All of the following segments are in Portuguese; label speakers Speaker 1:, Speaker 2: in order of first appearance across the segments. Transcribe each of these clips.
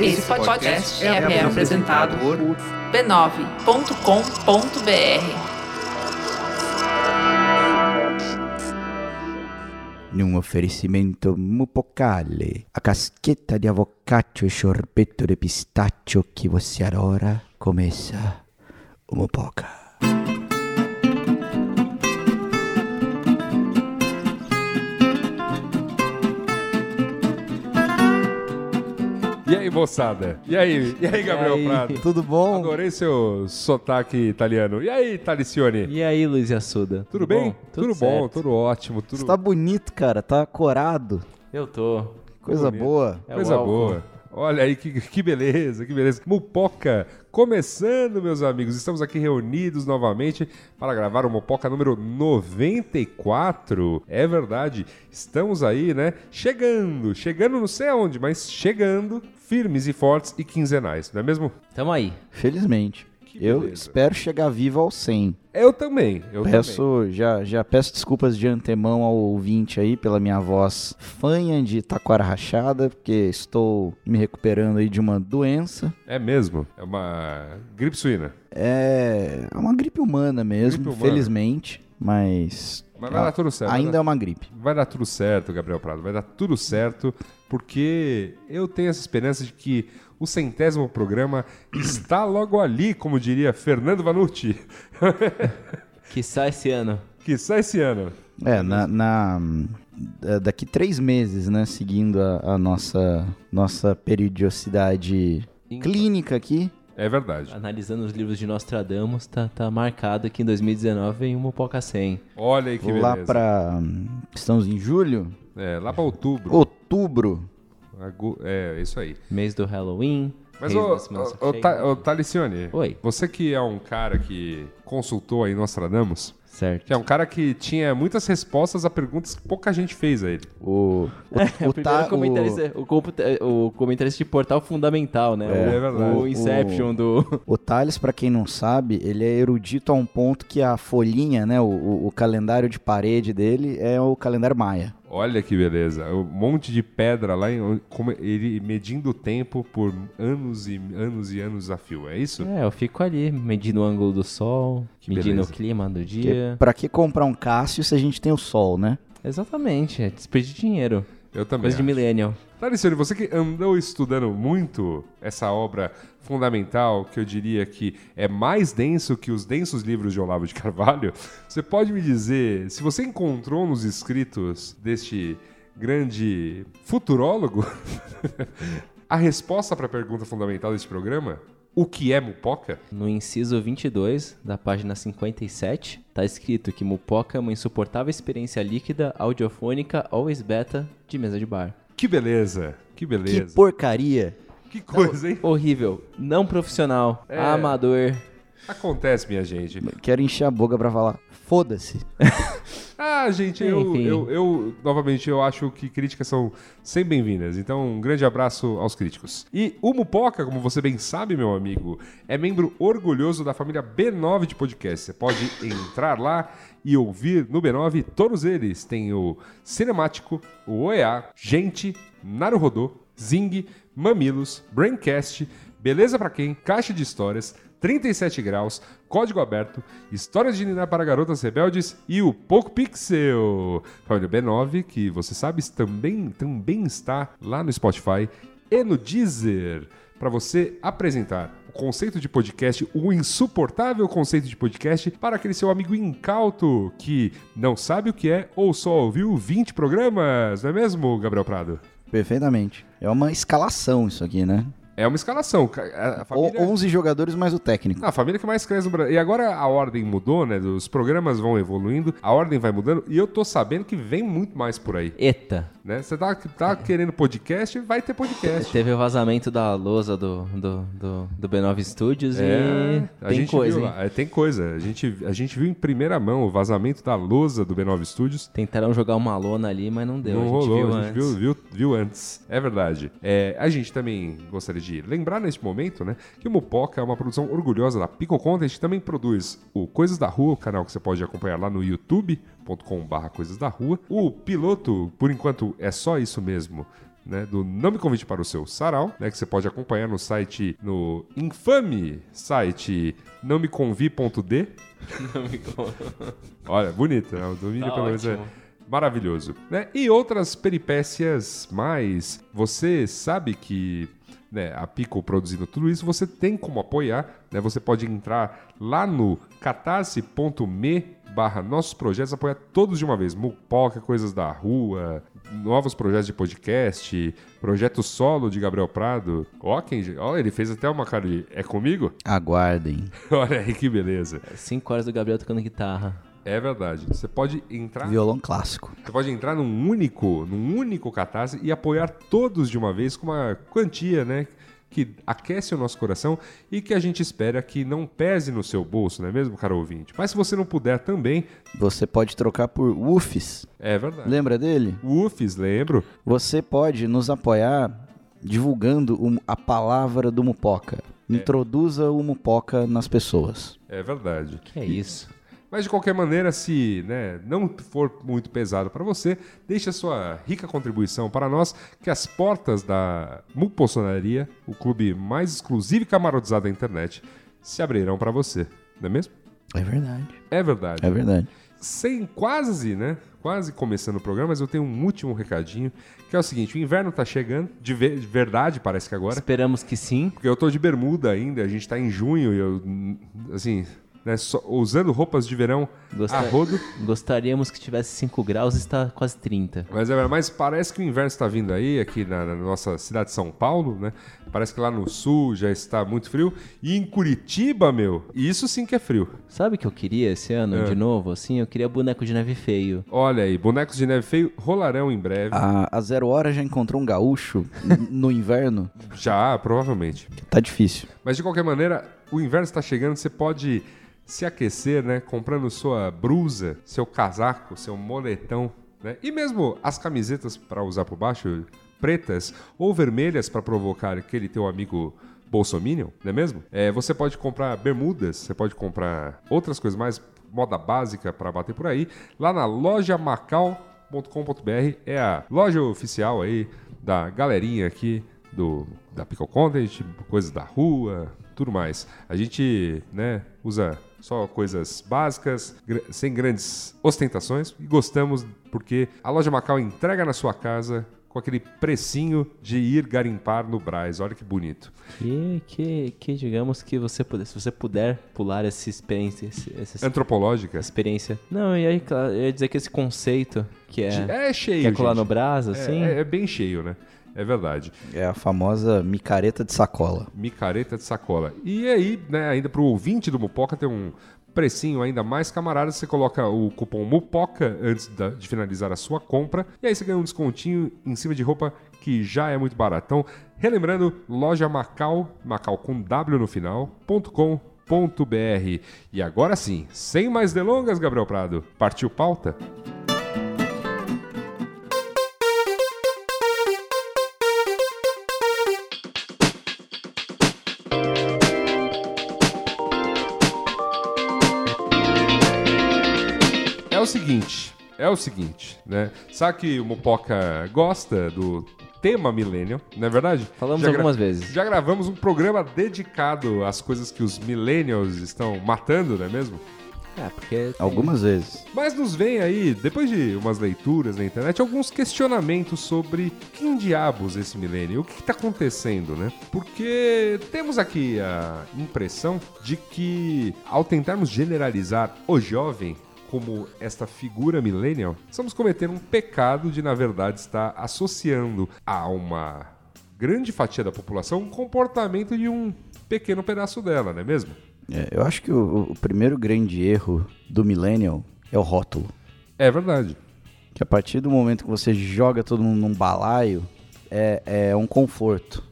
Speaker 1: Esse podcast é, é apresentado por b9.com.br.
Speaker 2: Num oferecimento Mupocale, a casqueta de avocaccio e sorbeto de pistaccio que você adora, começa o Mupoca.
Speaker 3: E aí, moçada? E aí? E aí, Gabriel
Speaker 4: aí?
Speaker 3: Prado?
Speaker 4: Tudo bom?
Speaker 3: Adorei seu sotaque italiano. E aí, Talicione?
Speaker 4: E aí, Luiz Assuda?
Speaker 3: Tudo bem?
Speaker 4: Tudo,
Speaker 3: bom,
Speaker 4: certo.
Speaker 3: tudo ótimo, tudo
Speaker 2: Você tá bonito, cara, tá corado.
Speaker 4: Eu tô.
Speaker 2: Coisa
Speaker 3: Bonito.
Speaker 2: boa.
Speaker 4: É o
Speaker 3: coisa
Speaker 4: álcool.
Speaker 3: boa. Olha aí que, que beleza, que beleza. Mupoca começando, meus amigos. Estamos aqui reunidos novamente para gravar o Mupoca número 94. É verdade, estamos aí, né? Chegando, chegando não sei aonde, mas chegando firmes e fortes e quinzenais, não é mesmo?
Speaker 4: Tamo aí.
Speaker 2: Felizmente.
Speaker 3: Que
Speaker 2: Eu
Speaker 3: beleza.
Speaker 2: espero chegar vivo ao 100.
Speaker 3: Eu também, eu também.
Speaker 2: Peço, já, já peço desculpas de antemão ao ouvinte aí pela minha voz fanha de taquara rachada, porque estou me recuperando aí de uma doença.
Speaker 3: É mesmo, é uma gripe suína.
Speaker 2: É é uma gripe humana mesmo,
Speaker 3: Gripe humana.
Speaker 2: felizmente, mas,
Speaker 3: Mas vai dar tudo certo. né?
Speaker 2: ainda é
Speaker 3: vai,
Speaker 2: uma gripe.
Speaker 3: dar, vai dar tudo certo, Gabriel Prado. Vai dar tudo certo, porque eu tenho essa esperança de que o centésimo programa está logo ali, como diria Fernando Vanucci,
Speaker 5: Que sai esse ano.
Speaker 3: que sai esse ano.
Speaker 2: É, na, na- da- daqui três meses, né, seguindo a, a nossa, nossa periodicidade clínica aqui,
Speaker 3: É verdade.
Speaker 5: Analisando os livros de Nostradamus, tá, tá marcado aqui em 2019 em uma Poca 100.
Speaker 3: Olha aí que beleza.
Speaker 2: lá pra... estamos em julho,
Speaker 3: É, lá pra outubro.
Speaker 2: outubro,
Speaker 3: Agu- É, isso aí.
Speaker 5: Mês do Halloween.
Speaker 3: Mas,
Speaker 5: mês
Speaker 3: ô,
Speaker 5: da semana
Speaker 3: ô, ô,
Speaker 5: cheia.
Speaker 3: Ta- ô, Talicione,
Speaker 5: Oi.
Speaker 3: você que é um cara que consultou aí Nostradamus, que
Speaker 5: Certo.
Speaker 3: é um cara que tinha muitas respostas a perguntas que pouca gente fez a ele.
Speaker 2: o... o,
Speaker 5: É, o, primeiro
Speaker 2: ta-
Speaker 5: comentarista, o... computa- o comentarista de portal fundamental, né?
Speaker 3: É,
Speaker 5: o,
Speaker 3: verdade.
Speaker 5: o Inception do.
Speaker 2: O Thales, pra quem não sabe, ele é erudito a um ponto que a folhinha, né, o, o- o calendário de parede dele é o calendário maia.
Speaker 3: Olha que beleza. Um monte de pedra lá, em- como ele medindo o tempo por anos e anos e anos a fio. É isso?
Speaker 5: É, eu fico ali, medindo o ângulo do sol,
Speaker 3: Que
Speaker 5: medindo
Speaker 3: beleza.
Speaker 5: o clima do
Speaker 2: Porque
Speaker 5: dia.
Speaker 2: Pra que é comprar um Cássio se a gente tem o sol, né?
Speaker 5: Exatamente, é desperdício de dinheiro.
Speaker 3: Eu também.
Speaker 5: Coisa de
Speaker 3: acho.
Speaker 5: millennial.
Speaker 3: Taricione, você que andou estudando muito essa obra fundamental, que eu diria que é mais denso que os densos livros de Olavo de Carvalho, você pode me dizer se você encontrou nos escritos deste grande futurólogo a resposta para a pergunta fundamental deste programa? O que é mupoca?
Speaker 5: No inciso 22, da página 57, tá escrito que mupoca é uma insuportável experiência líquida, audiofônica, always beta, de mesa de bar.
Speaker 3: Que beleza, que beleza.
Speaker 2: Que porcaria!
Speaker 3: Que coisa, hein?
Speaker 5: Horrível, não profissional,
Speaker 3: É.
Speaker 5: amador.
Speaker 3: Acontece, minha gente.
Speaker 2: Quero encher a boca pra falar, foda-se.
Speaker 3: Ah, gente, eu,
Speaker 5: Enfim.
Speaker 3: eu, eu, novamente, eu acho que críticas são sempre bem-vindas. Então, um grande abraço aos críticos. E o Mupoca, como você bem sabe, meu amigo, é membro orgulhoso da família B9 de podcast. Você pode entrar lá e ouvir no B9 todos eles. Tem o Cinemático, o OEA, Gente, Naruhodô, Zing, Mamilos, Braincast, Beleza Pra Quem, Caixa de Histórias, 37 graus, código aberto, histórias de Niná para garotas rebeldes e o Poco Pixel. Família B9, que você sabe também, também está lá no Spotify e no Deezer para você apresentar o conceito de podcast, o insuportável conceito de podcast para aquele seu amigo incauto que não sabe o que é ou só ouviu 20 programas, não é mesmo, Gabriel Prado?
Speaker 2: Perfeitamente. É uma escalação isso aqui, né?
Speaker 3: É uma escalação. ca- A a família...
Speaker 2: O- 11 jogadores mais o técnico.
Speaker 3: Ah, A família que mais cresce no Brasil. E agora a ordem mudou, né? Os programas vão evoluindo, a ordem vai mudando e eu tô sabendo que vem muito mais por aí,
Speaker 5: Eita.
Speaker 3: né? Você tá,
Speaker 5: É.
Speaker 3: tá querendo podcast, vai ter podcast.
Speaker 5: Teve o vazamento da lousa do, do, do, do B9 Studios
Speaker 3: É,
Speaker 5: e tem coisa,
Speaker 3: viu,
Speaker 5: hein?
Speaker 3: lá. É, tem coisa. A gente, a gente viu em primeira mão o vazamento da lousa do B9 Studios.
Speaker 5: Tentaram jogar uma lona ali, mas não deu.
Speaker 3: Não
Speaker 5: a gente
Speaker 3: rolou,
Speaker 5: viu
Speaker 3: a gente
Speaker 5: antes.
Speaker 3: viu, viu, viu antes. É verdade. É, a gente também gostaria de lembrar neste momento, né, que o Mupoca é uma produção orgulhosa da Pico Content, que também produz o Coisas da Rua, o canal que você pode acompanhar lá no youtube.com.br Coisas da Rua. O piloto, por enquanto, é só isso mesmo. Né, do Não Me Convide para o Seu Sarau, né, que você pode acompanhar no site, no infame site nãomeconvi.d. Olha, bonito, né? O domínio
Speaker 5: Tá
Speaker 3: pelo menos é
Speaker 5: ótimo.
Speaker 3: maravilhoso. Né? E outras peripécias mais. Você sabe que né, a Pico produzindo tudo isso, você tem como apoiar. Né? Você pode entrar lá no catarse.me barra nossos projetos, apoiar todos de uma vez. Mupoca, Coisas da Rua, novos projetos de podcast, projeto solo de Gabriel Prado. Ó, quem, ó ele fez até uma cara de... É comigo?
Speaker 2: Aguardem.
Speaker 3: Olha aí que beleza.
Speaker 5: Cinco horas do Gabriel tocando guitarra.
Speaker 3: É verdade. Você pode entrar...
Speaker 2: Violão clássico.
Speaker 3: Você pode entrar num único, num único catarse e apoiar todos de uma vez com uma quantia, né? Que aquece o nosso coração e que a gente espera que não pese no seu bolso, não é mesmo, caro ouvinte? Mas se você não puder também,
Speaker 2: Você pode trocar por UFs.
Speaker 3: é verdade.
Speaker 2: Lembra dele?
Speaker 3: O UFES, lembro.
Speaker 2: Você pode nos apoiar divulgando um- a palavra do Mupoca. Introduza o Mupoca nas pessoas.
Speaker 3: É verdade.
Speaker 5: Que é isso?
Speaker 3: Mas de qualquer maneira, se né, não for muito pesado para você, deixe a sua rica contribuição para nós, que as portas da Mupoçonaria, o clube mais exclusivo e camarotizado da internet, se abrirão para você, não é mesmo?
Speaker 2: É verdade.
Speaker 3: É verdade.
Speaker 2: É verdade.
Speaker 3: Sem quase, né? Quase começando o programa, mas eu tenho um último recadinho, que é o seguinte: o inverno tá chegando, de, ve- de verdade parece que agora,
Speaker 5: Esperamos que sim.
Speaker 3: porque eu tô de bermuda ainda, a gente tá em junho e eu, assim, né, só- usando roupas de verão
Speaker 5: Gostar-
Speaker 3: a rodo.
Speaker 5: Gostaríamos que tivesse 5 graus, está quase 30.
Speaker 3: Mas, é, mas parece que o inverno está vindo aí, aqui na, na nossa cidade de São Paulo, né? Parece que lá no sul já está muito frio. E em Curitiba, meu, isso sim que é frio.
Speaker 5: Sabe o que eu queria esse ano,
Speaker 3: É.
Speaker 5: de novo, assim? Eu queria boneco de neve feio.
Speaker 3: Olha aí, bonecos de neve feio rolarão em breve.
Speaker 2: A, a Zero Hora já encontrou um gaúcho n- no inverno?
Speaker 3: Já, provavelmente.
Speaker 2: Tá difícil.
Speaker 3: Mas de qualquer maneira, o inverno está chegando, você pode se aquecer, né? Comprando sua brusa, seu casaco, seu moletão, né? E mesmo as camisetas para usar por baixo, pretas ou vermelhas para provocar aquele teu amigo Bolsominion, não é mesmo? É, você pode comprar bermudas, você pode comprar outras coisas mais, moda básica para bater por aí, lá na loja macau.com.br é a loja oficial aí da galerinha aqui do da Pickle Content, coisas da rua, tudo mais. A gente, né, usa só coisas básicas, gr- sem grandes ostentações e gostamos porque a loja Macau entrega na sua casa com aquele precinho de ir garimpar no Brás. Olha que bonito.
Speaker 5: Que, que, que digamos que você puder, se você puder pular essa experiência. esse- Essa
Speaker 3: É. Antropológica.
Speaker 5: experiência. Não, e aí, claro, eu ia dizer que esse conceito que é.
Speaker 3: É cheio,
Speaker 5: Quer colar
Speaker 3: gente.
Speaker 5: no braço,
Speaker 3: É-
Speaker 5: assim?
Speaker 3: É, é bem cheio, né? É verdade.
Speaker 2: É a famosa micareta de sacola.
Speaker 3: micareta de sacola. E aí, né, ainda pro ouvinte do Mupoca tem um precinho ainda mais camarada, você coloca o cupom MUPOCA antes da- de finalizar a sua compra, e aí você ganha um descontinho em cima de roupa que já é muito barato. Então, relembrando, loja Macau, Macau com W no final, ponto com, ponto BR. E agora sim, sem mais delongas, Gabriel Prado, partiu pauta? É o seguinte, é o seguinte, né? Sabe que o Mupoca gosta do tema millennial, não é verdade?
Speaker 5: Falamos
Speaker 3: gra-
Speaker 5: algumas vezes.
Speaker 3: Já gravamos um programa dedicado às coisas que os millennials estão matando, não é mesmo?
Speaker 5: É, porque.
Speaker 2: Algumas vezes.
Speaker 3: Mas nos vem aí, depois de umas leituras na internet, alguns questionamentos sobre quem diabos esse milênio, o que está acontecendo, né? Porque temos aqui a impressão de que, ao tentarmos generalizar o jovem como esta figura millennial, estamos cometendo um pecado de, na verdade, estar associando a uma grande fatia da população um comportamento de um pequeno pedaço dela, não é mesmo?
Speaker 2: É, eu acho que o, o primeiro grande erro do millennial é o rótulo.
Speaker 3: É verdade.
Speaker 2: Que a partir do momento que você joga todo mundo num balaio, é, é um conforto.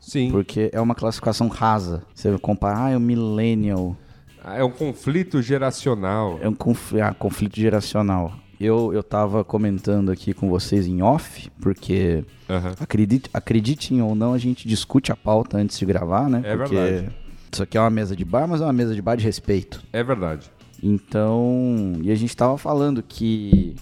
Speaker 3: Sim.
Speaker 2: Porque é uma classificação rasa. Você compara, ah, é o millennial.
Speaker 3: É um conflito geracional.
Speaker 2: É um conf- ah, conflito geracional. Eu, eu tava comentando aqui com vocês em off, porque
Speaker 3: Aham.
Speaker 2: acredite, acreditem ou não, a gente discute a pauta antes de gravar, né?
Speaker 3: É
Speaker 2: porque
Speaker 3: verdade.
Speaker 2: isso aqui é uma mesa de bar, mas é uma mesa de bar de respeito.
Speaker 3: É verdade.
Speaker 2: Então, e a gente tava falando que,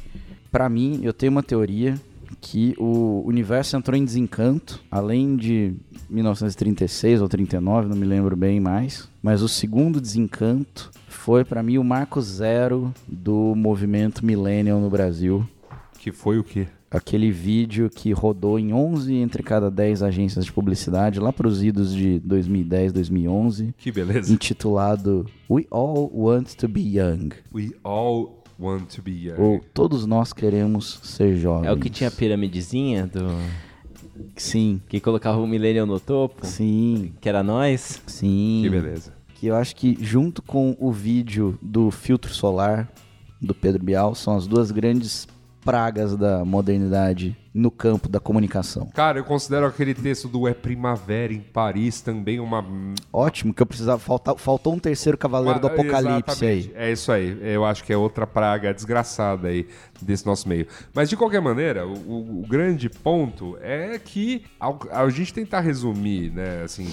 Speaker 2: pra mim, eu tenho uma teoria que o universo entrou em desencanto, além de 1936 ou 39, não me lembro bem mais, mas o segundo desencanto foi pra mim o marco zero do movimento millennial no Brasil.
Speaker 3: Que foi o quê?
Speaker 2: Aquele vídeo que rodou em 11 entre cada 10 agências de publicidade, lá pros idos de 2010, 2011,
Speaker 3: Que beleza.
Speaker 2: intitulado We All Want to Be Young.
Speaker 3: We all want to be young.
Speaker 2: Ou todos nós queremos ser jovens.
Speaker 5: É o que tinha a piramidezinha do.
Speaker 2: Sim,
Speaker 5: Que colocava o Millennial no topo,
Speaker 2: sim,
Speaker 5: que era nós.
Speaker 2: sim.
Speaker 3: Que beleza.
Speaker 2: Que eu acho que junto com o vídeo do filtro solar do Pedro Bial são as duas grandes pragas da modernidade no campo da comunicação.
Speaker 3: Cara, eu considero aquele texto do É Primavera em Paris também uma.
Speaker 2: Ótimo que eu precisava faltar, faltou um terceiro cavaleiro do
Speaker 3: Ah,
Speaker 2: apocalipse
Speaker 3: exatamente.
Speaker 2: aí.
Speaker 3: É isso aí. Eu acho que é outra praga desgraçada aí desse nosso meio. Mas de qualquer maneira, o, o- o grande ponto é que ao- a gente tentar resumir, né, assim,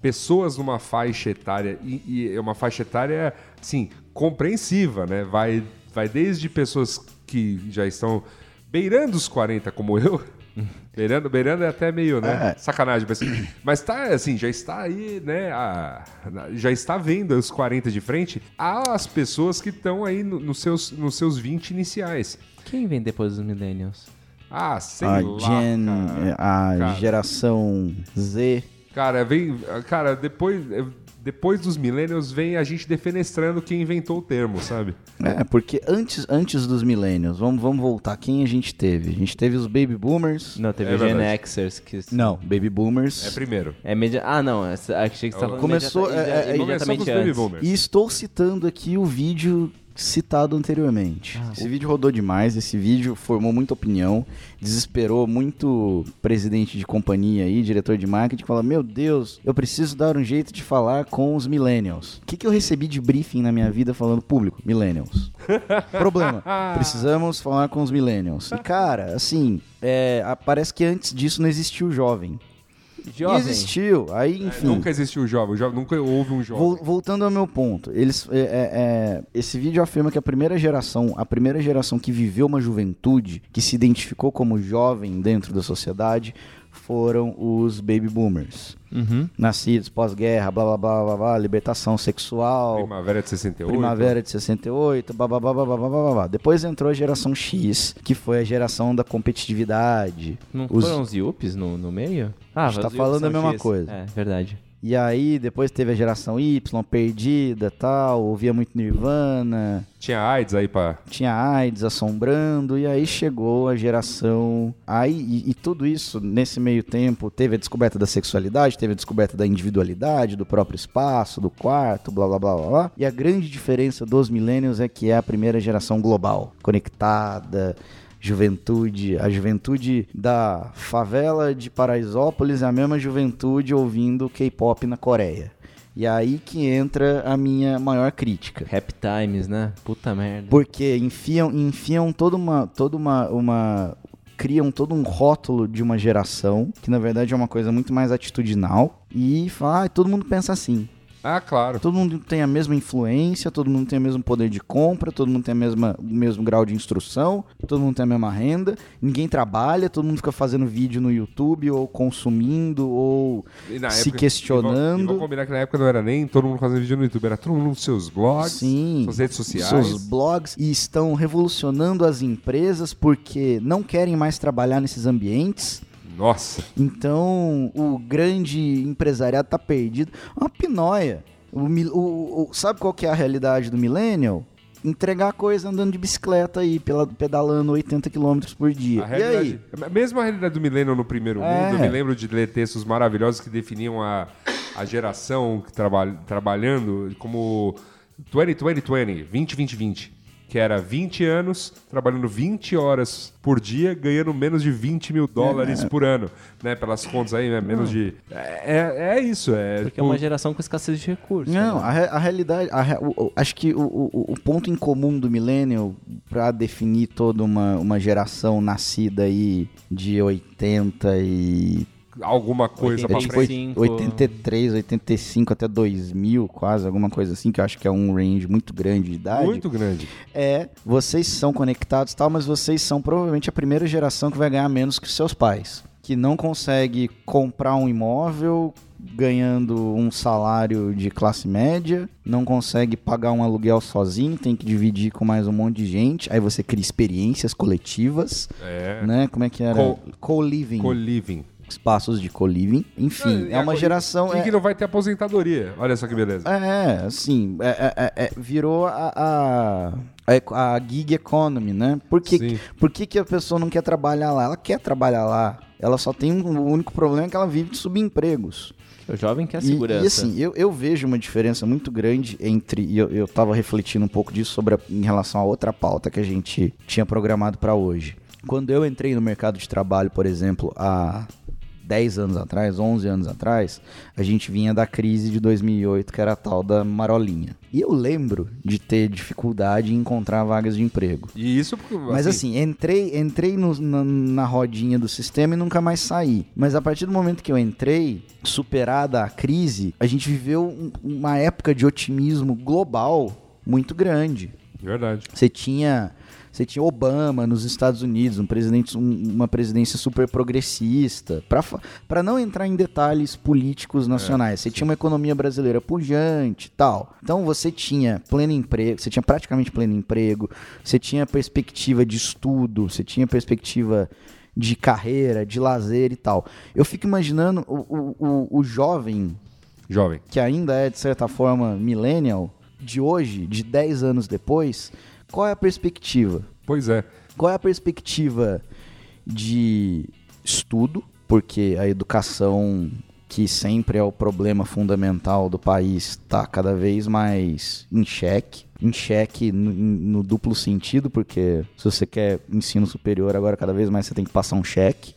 Speaker 3: pessoas numa faixa etária e, e é uma faixa etária assim compreensiva, né? Vai vai desde pessoas que já estão beirando os 40 como eu, beirando, beirando é até meio, né? Sacanagem, mas, mas tá assim, já está aí, né? a- na- já está vendo os 40 de frente as pessoas que estão aí no- nos seus nos seus 20 iniciais.
Speaker 5: Quem vem depois dos Millennials?
Speaker 3: Ah, sei
Speaker 2: A
Speaker 3: lá.
Speaker 2: gen,
Speaker 3: cara.
Speaker 2: é, a
Speaker 3: Cara.
Speaker 2: geração Z.
Speaker 3: Cara, vem. Cara, depois. Depois dos millennials vem a gente defenestrando quem inventou o termo, sabe?
Speaker 2: É, porque antes, antes dos millennials, vamos, vamos voltar, quem a gente teve? A gente teve os baby boomers.
Speaker 5: Não, teve
Speaker 3: É
Speaker 5: Gen
Speaker 3: verdade.
Speaker 5: Xers que.
Speaker 2: Não, baby boomers.
Speaker 3: É primeiro.
Speaker 5: É media... Ah, não. Essa... Achei que você tava
Speaker 2: Começou,
Speaker 5: imediata-
Speaker 2: é,
Speaker 3: Começou
Speaker 2: é,
Speaker 3: com os
Speaker 5: imediatamente
Speaker 3: baby
Speaker 5: antes.
Speaker 3: boomers.
Speaker 2: E estou citando aqui o vídeo citado anteriormente. esse vídeo rodou demais, esse vídeo formou muita opinião, desesperou muito presidente de companhia aí, diretor de marketing, que fala: "Meu Deus, eu preciso dar um jeito de falar com os millennials". O que que eu recebi de briefing na minha vida falando público? Millennials. Problema. Precisamos falar com os millennials. E cara, assim, é, a- parece que antes disso não existiu o jovem. E
Speaker 5: Jovem.
Speaker 2: existiu. Aí, enfim.
Speaker 3: Nunca existiu o jovem, o jovem- nunca houve um jovem.
Speaker 2: Vol- voltando ao meu ponto, eles, é, é, é, esse vídeo afirma que a primeira geração, a primeira geração que viveu uma juventude, que se identificou como jovem dentro da sociedade, foram os baby boomers. Nascidos pós-guerra, blá blá blá blá blá, libertação sexual,
Speaker 3: Primavera de 68.
Speaker 2: primavera de 68, blá blá blá blá blá blá blá. blá. Depois entrou a geração X, que foi a geração da competitividade.
Speaker 5: Não
Speaker 2: Os-
Speaker 5: foram os Yuppies no, no meio? Ah,
Speaker 2: gente tá
Speaker 5: os Yuppies
Speaker 2: falando a
Speaker 5: são
Speaker 2: mesma
Speaker 5: X.
Speaker 2: coisa.
Speaker 5: É, verdade.
Speaker 2: E aí, depois teve a geração Y, perdida tal, ouvia muito Nirvana,
Speaker 3: Tinha AIDS aí pra.
Speaker 2: tinha AIDS assombrando, e aí chegou a geração. Aí, e, e tudo isso, nesse meio tempo, teve a descoberta da sexualidade, teve a descoberta da individualidade, do próprio espaço, do quarto, blá blá blá blá. blá. E a grande diferença dos millennials é que é a primeira geração global, conectada. Juventude, a juventude da favela de Paraisópolis é a mesma juventude ouvindo K-pop na Coreia. E é aí que entra a minha maior crítica.
Speaker 5: Happy Times, né? Puta merda.
Speaker 2: Porque enfiam, enfiam toda uma, toda uma, uma- criam todo um rótulo de uma geração, que na verdade é uma coisa muito mais atitudinal, e fala, ah, todo mundo pensa assim.
Speaker 3: Ah, claro.
Speaker 2: Todo mundo tem a mesma influência, todo mundo tem o mesmo poder de compra, todo mundo tem a mesma, o mesmo grau de instrução, todo mundo tem a mesma renda, ninguém trabalha, todo mundo fica fazendo vídeo no YouTube, ou consumindo, ou
Speaker 3: E na
Speaker 2: se
Speaker 3: época- E
Speaker 2: questionando.
Speaker 3: vamos- e vamos combinar que na época não era nem todo mundo fazendo vídeo no YouTube, era todo mundo nos seus blogs,
Speaker 2: Sim.
Speaker 3: suas redes sociais.
Speaker 2: seus blogs e estão revolucionando as empresas porque não querem mais trabalhar nesses ambientes.
Speaker 3: Nossa.
Speaker 2: Então, o grande empresariado tá é perdido. Uma pinóia. O, mil- o- o- sabe qual que é a realidade do millennial? entregar coisa andando de bicicleta aí, pela, pedalando 80 km por dia.
Speaker 3: A
Speaker 2: e
Speaker 3: realidade, né?
Speaker 2: aí?
Speaker 3: mesmo a realidade do milênio no primeiro
Speaker 2: É.
Speaker 3: mundo, eu me lembro de ler textos maravilhosos que definiam a, a geração que traba, trabalhando como 20-20-20, 20-20-20, que era 20 anos, trabalhando 20 horas por dia, ganhando menos de 20 mil
Speaker 2: É.
Speaker 3: dólares por ano, né? Pelas contas aí, né? Menos de... É, é- é isso, é...
Speaker 5: Porque
Speaker 3: tipo,
Speaker 5: é uma geração com escassez de recursos.
Speaker 2: Não,
Speaker 5: né?
Speaker 2: a, re- a realidade. a re- o- o- acho que o, o- o ponto em comum do millennial pra definir toda uma, uma geração nascida aí de 80 e.
Speaker 3: alguma coisa pra frente.
Speaker 5: 85.
Speaker 2: 83, 85 até 2000, quase, alguma coisa assim, que eu acho que é um range muito grande de idade.
Speaker 3: Muito grande.
Speaker 2: É, vocês são conectados e tal, mas vocês são provavelmente a primeira geração que vai ganhar menos que os seus pais. Que não consegue comprar um imóvel ganhando um salário de classe média, não consegue pagar um aluguel sozinho, tem que dividir com mais um monte de gente. Aí você cria experiências coletivas,
Speaker 3: É...
Speaker 2: né? Como é que era?
Speaker 3: Co-
Speaker 2: Co-living.
Speaker 3: Co-living.
Speaker 2: espaços de co-living. Enfim,
Speaker 3: É,
Speaker 2: é, uma
Speaker 3: co-
Speaker 2: geração.
Speaker 3: E
Speaker 2: é-
Speaker 3: que não vai ter aposentadoria. Olha só que beleza.
Speaker 2: é, assim, é, é, é, é, virou a, a, a eco- a gig economy, né? Por que,
Speaker 3: Sim.
Speaker 2: por que, que a pessoa não quer trabalhar lá? Ela quer trabalhar lá. Ela só tem um um único problema é que ela vive de subempregos.
Speaker 5: O jovem quer
Speaker 2: E-
Speaker 5: é segurança.
Speaker 2: E, assim, eu, eu vejo uma diferença muito grande entre. E eu, eu tava refletindo um pouco disso sobre a- em relação a outra pauta que a gente tinha programado para hoje. Quando eu entrei no mercado de trabalho, por exemplo, há 10 anos atrás, 11 anos atrás, a gente vinha da crise de 2008, que era a tal da marolinha. E eu lembro de ter dificuldade em encontrar vagas de emprego.
Speaker 3: E isso porque.
Speaker 2: Mas assim, entrei, entrei no- na, na rodinha do sistema e nunca mais saí. Mas a partir do momento que eu entrei, superada a crise, a gente viveu um- uma época de otimismo global muito grande.
Speaker 3: Verdade.
Speaker 2: Você tinha, você tinha Obama nos Estados Unidos, um presidente, um- uma presidência super progressista. Para não entrar em detalhes políticos nacionais, você tinha uma economia brasileira pujante e tal. Então você tinha pleno emprego, você tinha praticamente pleno emprego, você tinha perspectiva de estudo, você tinha perspectiva de carreira, de lazer e tal. Eu fico imaginando o- o- o, o jovem
Speaker 3: Jovem.
Speaker 2: que ainda é, de certa forma, millennial, de hoje, de 10 anos depois, qual é a perspectiva?
Speaker 3: Pois é.
Speaker 2: Qual é a perspectiva de estudo? Porque a educação, que sempre é o problema fundamental do país, está cada vez mais em xeque. Em xeque no, no duplo sentido, porque se você quer ensino superior, agora cada vez mais você tem que passar um cheque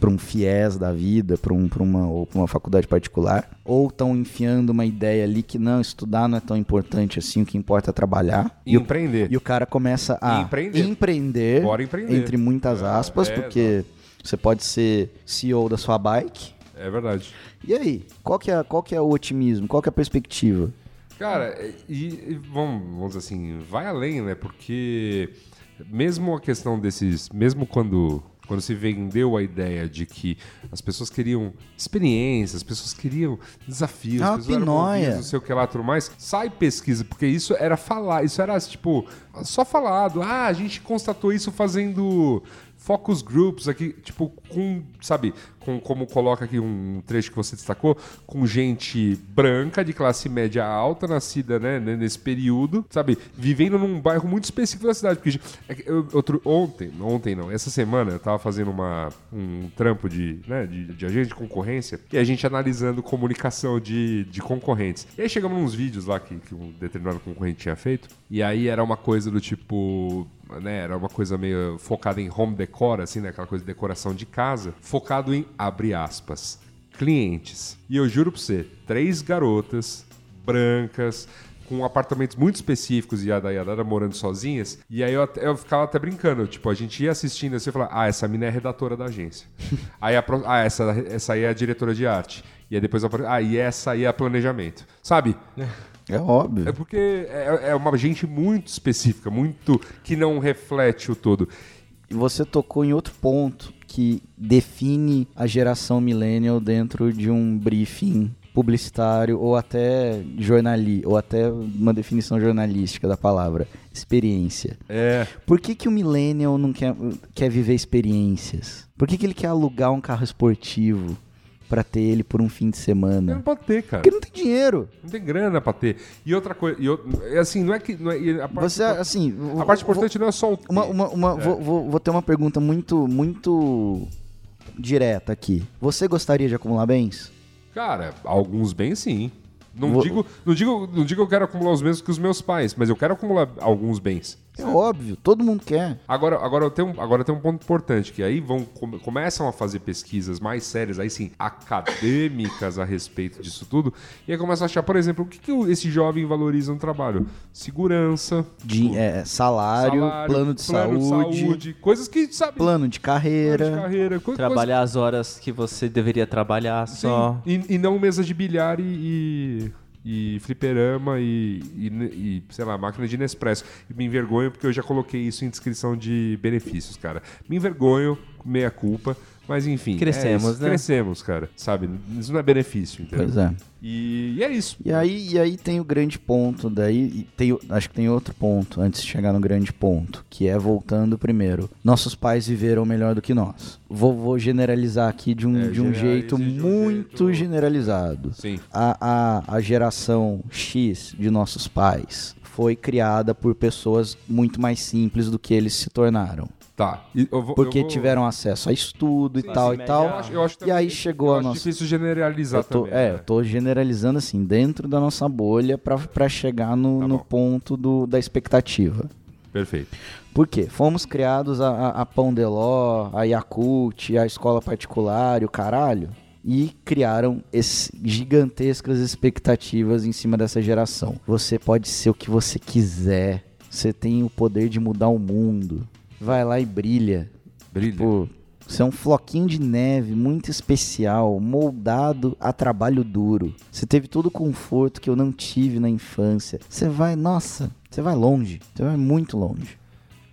Speaker 2: para um fiéis da vida, para um, pra uma, ou pra uma faculdade particular, ou estão enfiando uma ideia ali que não, estudar não é tão importante assim, o que importa é trabalhar. E o,
Speaker 3: empreender.
Speaker 2: e o cara começa a
Speaker 3: E empreender.
Speaker 2: empreender,
Speaker 3: Bora empreender.
Speaker 2: entre muitas
Speaker 3: É,
Speaker 2: aspas,
Speaker 3: é,
Speaker 2: porque você pode ser CEO da sua bike.
Speaker 3: É verdade.
Speaker 2: E aí, qual que é, qual que é o otimismo? Qual que é a perspectiva?
Speaker 3: Cara, é, e, e vamos, vamos dizer assim, vai além, né? Porque mesmo a questão desses. Mesmo quando. Quando se vendeu a ideia de que as pessoas queriam experiências, as pessoas queriam desafios,
Speaker 2: É
Speaker 3: as
Speaker 2: uma
Speaker 3: pessoas eram
Speaker 2: pinóia.
Speaker 3: envolvidas, não sei o que lá, tudo mais, sai pesquisa, porque isso era falar, isso era tipo, só falado, ah, a gente constatou isso fazendo focus groups aqui, tipo, com, sabe, com, como coloca aqui um trecho que você destacou, com gente branca, de classe média alta, nascida, né, né, nesse período, sabe, vivendo num bairro muito específico da cidade, porque é que eu- outro, ontem, ontem não, essa semana eu tava fazendo uma, um trampo de, né, de, de agente de concorrência e a gente analisando comunicação de, de concorrentes. E aí chegamos nos vídeos lá que, que um determinado concorrente tinha feito e aí era uma coisa do tipo, né, era uma coisa meio focada em home decor, assim, né, aquela coisa de decoração de casa, focado em, abre aspas, clientes. E eu juro pra você, três garotas brancas, com apartamentos muito específicos e a Dayadara morando sozinhas. E aí eu, até- eu ficava até brincando, tipo, a gente ia assistindo assim e falava, ah, essa mina é redatora da agência. aí a pro- ah, essa, essa aí é a diretora de arte. E aí depois, a pro- ah, e essa aí é a planejamento. Sabe?
Speaker 2: É
Speaker 3: É
Speaker 2: óbvio.
Speaker 3: porque é, é uma gente muito específica, muito que não reflete o todo.
Speaker 2: E você tocou em outro ponto que define a geração millennial dentro de um briefing publicitário ou até jornali, ou até uma definição jornalística da palavra, experiência.
Speaker 3: É,
Speaker 2: Por que, que o millennial não quer, quer viver experiências? Por que, que ele quer alugar um carro esportivo? pra ter ele por um fim de
Speaker 3: Não
Speaker 2: semana.
Speaker 3: pode ter, cara.
Speaker 2: Porque não tem dinheiro.
Speaker 3: Não tem grana pra ter. E outra coisa, e outra- é assim, não é que. Não é, e a, parte,
Speaker 2: Você, assim.
Speaker 3: a parte importante É. não é só o. ter.
Speaker 2: Uma, uma, uma- vou, vou- vou ter uma pergunta muito, muito direta aqui. Você gostaria de acumular bens?
Speaker 3: Cara, alguns bens sim. Não,
Speaker 2: Vou-
Speaker 3: digo, não, digo, não digo que eu quero acumular os mesmos que os meus pais, mas eu quero acumular alguns bens.
Speaker 2: É óbvio, todo mundo quer.
Speaker 3: Agora, agora, tem um, agora tem um ponto importante, que aí vão, come- começam a fazer pesquisas mais sérias, aí sim, acadêmicas a respeito disso tudo, e aí começam a achar, por exemplo, o que, que o- esse jovem valoriza no trabalho? Segurança,
Speaker 2: De, é, salário, plano, de, saúde,
Speaker 3: saúde, coisas que, sabe,
Speaker 2: plano de carreira.
Speaker 3: plano de carreira, co- coisas-
Speaker 5: Trabalhar as horas que você deveria trabalhar só.
Speaker 3: Sim, E, e não mesa de bilhar e, e, e fliperama e, e- e, sei lá, máquina de Nespresso. E me envergonho porque eu já coloquei isso em descrição de benefícios, cara. Me envergonho, meia culpa, mas enfim. é
Speaker 5: Crescemos,
Speaker 3: isso,
Speaker 5: né?
Speaker 3: Crescemos, cara. Sabe? Isso não é benefício, entendeu?
Speaker 2: Pois é.
Speaker 3: E, e é isso.
Speaker 2: E aí, e aí tem o grande ponto, daí e tem, o- acho que tem outro ponto antes de chegar no grande ponto, que é voltando primeiro. Nossos pais viveram melhor do que nós. Vou, vou generalizar aqui de um,
Speaker 3: É,
Speaker 2: de um
Speaker 3: generalize
Speaker 2: jeito
Speaker 3: de um
Speaker 2: muito
Speaker 3: jeito-
Speaker 2: generalizado.
Speaker 3: Sim.
Speaker 2: A, a, a geração X de nossos pais foi criada por pessoas muito mais simples do que eles se tornaram.
Speaker 3: Tá. E eu vou-
Speaker 2: Porque
Speaker 3: eu vou-
Speaker 2: tiveram acesso a estudo e tal e
Speaker 5: média-
Speaker 2: tal.
Speaker 3: Eu acho, eu acho
Speaker 2: e aí
Speaker 3: também-
Speaker 2: chegou
Speaker 3: eu
Speaker 2: a
Speaker 3: acho
Speaker 2: nossa.
Speaker 3: difícil generalizar
Speaker 2: Eu tô,
Speaker 3: também.
Speaker 2: é,
Speaker 3: né?
Speaker 2: eu tô generalizando assim, dentro da nossa bolha pra- pra chegar no,
Speaker 3: Tá
Speaker 2: no
Speaker 3: bom.
Speaker 2: ponto do, da expectativa.
Speaker 3: Perfeito.
Speaker 2: Por quê? Fomos criados a, a, a Pão de Ló, a Yakult, a escola particular e o caralho. E criaram es- gigantescas expectativas em cima dessa geração. Você pode ser o que você quiser. Você tem o poder de mudar o mundo. Vai lá e brilha.
Speaker 3: Brilha.
Speaker 2: Tipo, você é um floquinho de neve muito especial, moldado a trabalho duro. Você teve todo o conforto que eu não tive na infância. Você vai, nossa, você vai longe. Você vai muito longe.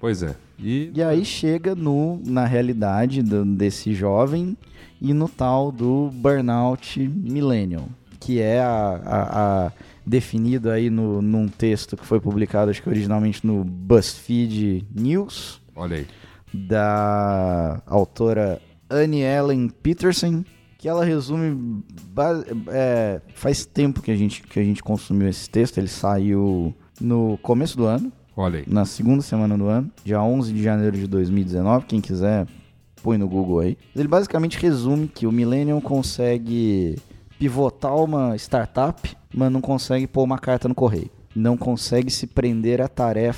Speaker 3: Pois é. E,
Speaker 2: E aí chega no, na realidade do- desse jovem e no tal do burnout millennial, que é a, a- a- definido aí no, num texto que foi publicado, acho que originalmente no BuzzFeed News,
Speaker 3: olha aí.
Speaker 2: da autora Annie Ellen Peterson, que ela resume. ba- é, faz tempo que a, gente, que a gente consumiu esse texto, ele saiu no começo do ano
Speaker 3: Olha aí.
Speaker 2: na segunda semana do ano, dia 11 de janeiro de 2019. Quem quiser, põe no Google aí. Ele basicamente resume que o Millennium consegue pivotar uma startup, mas não consegue pôr uma carta no correio. Não consegue se prender a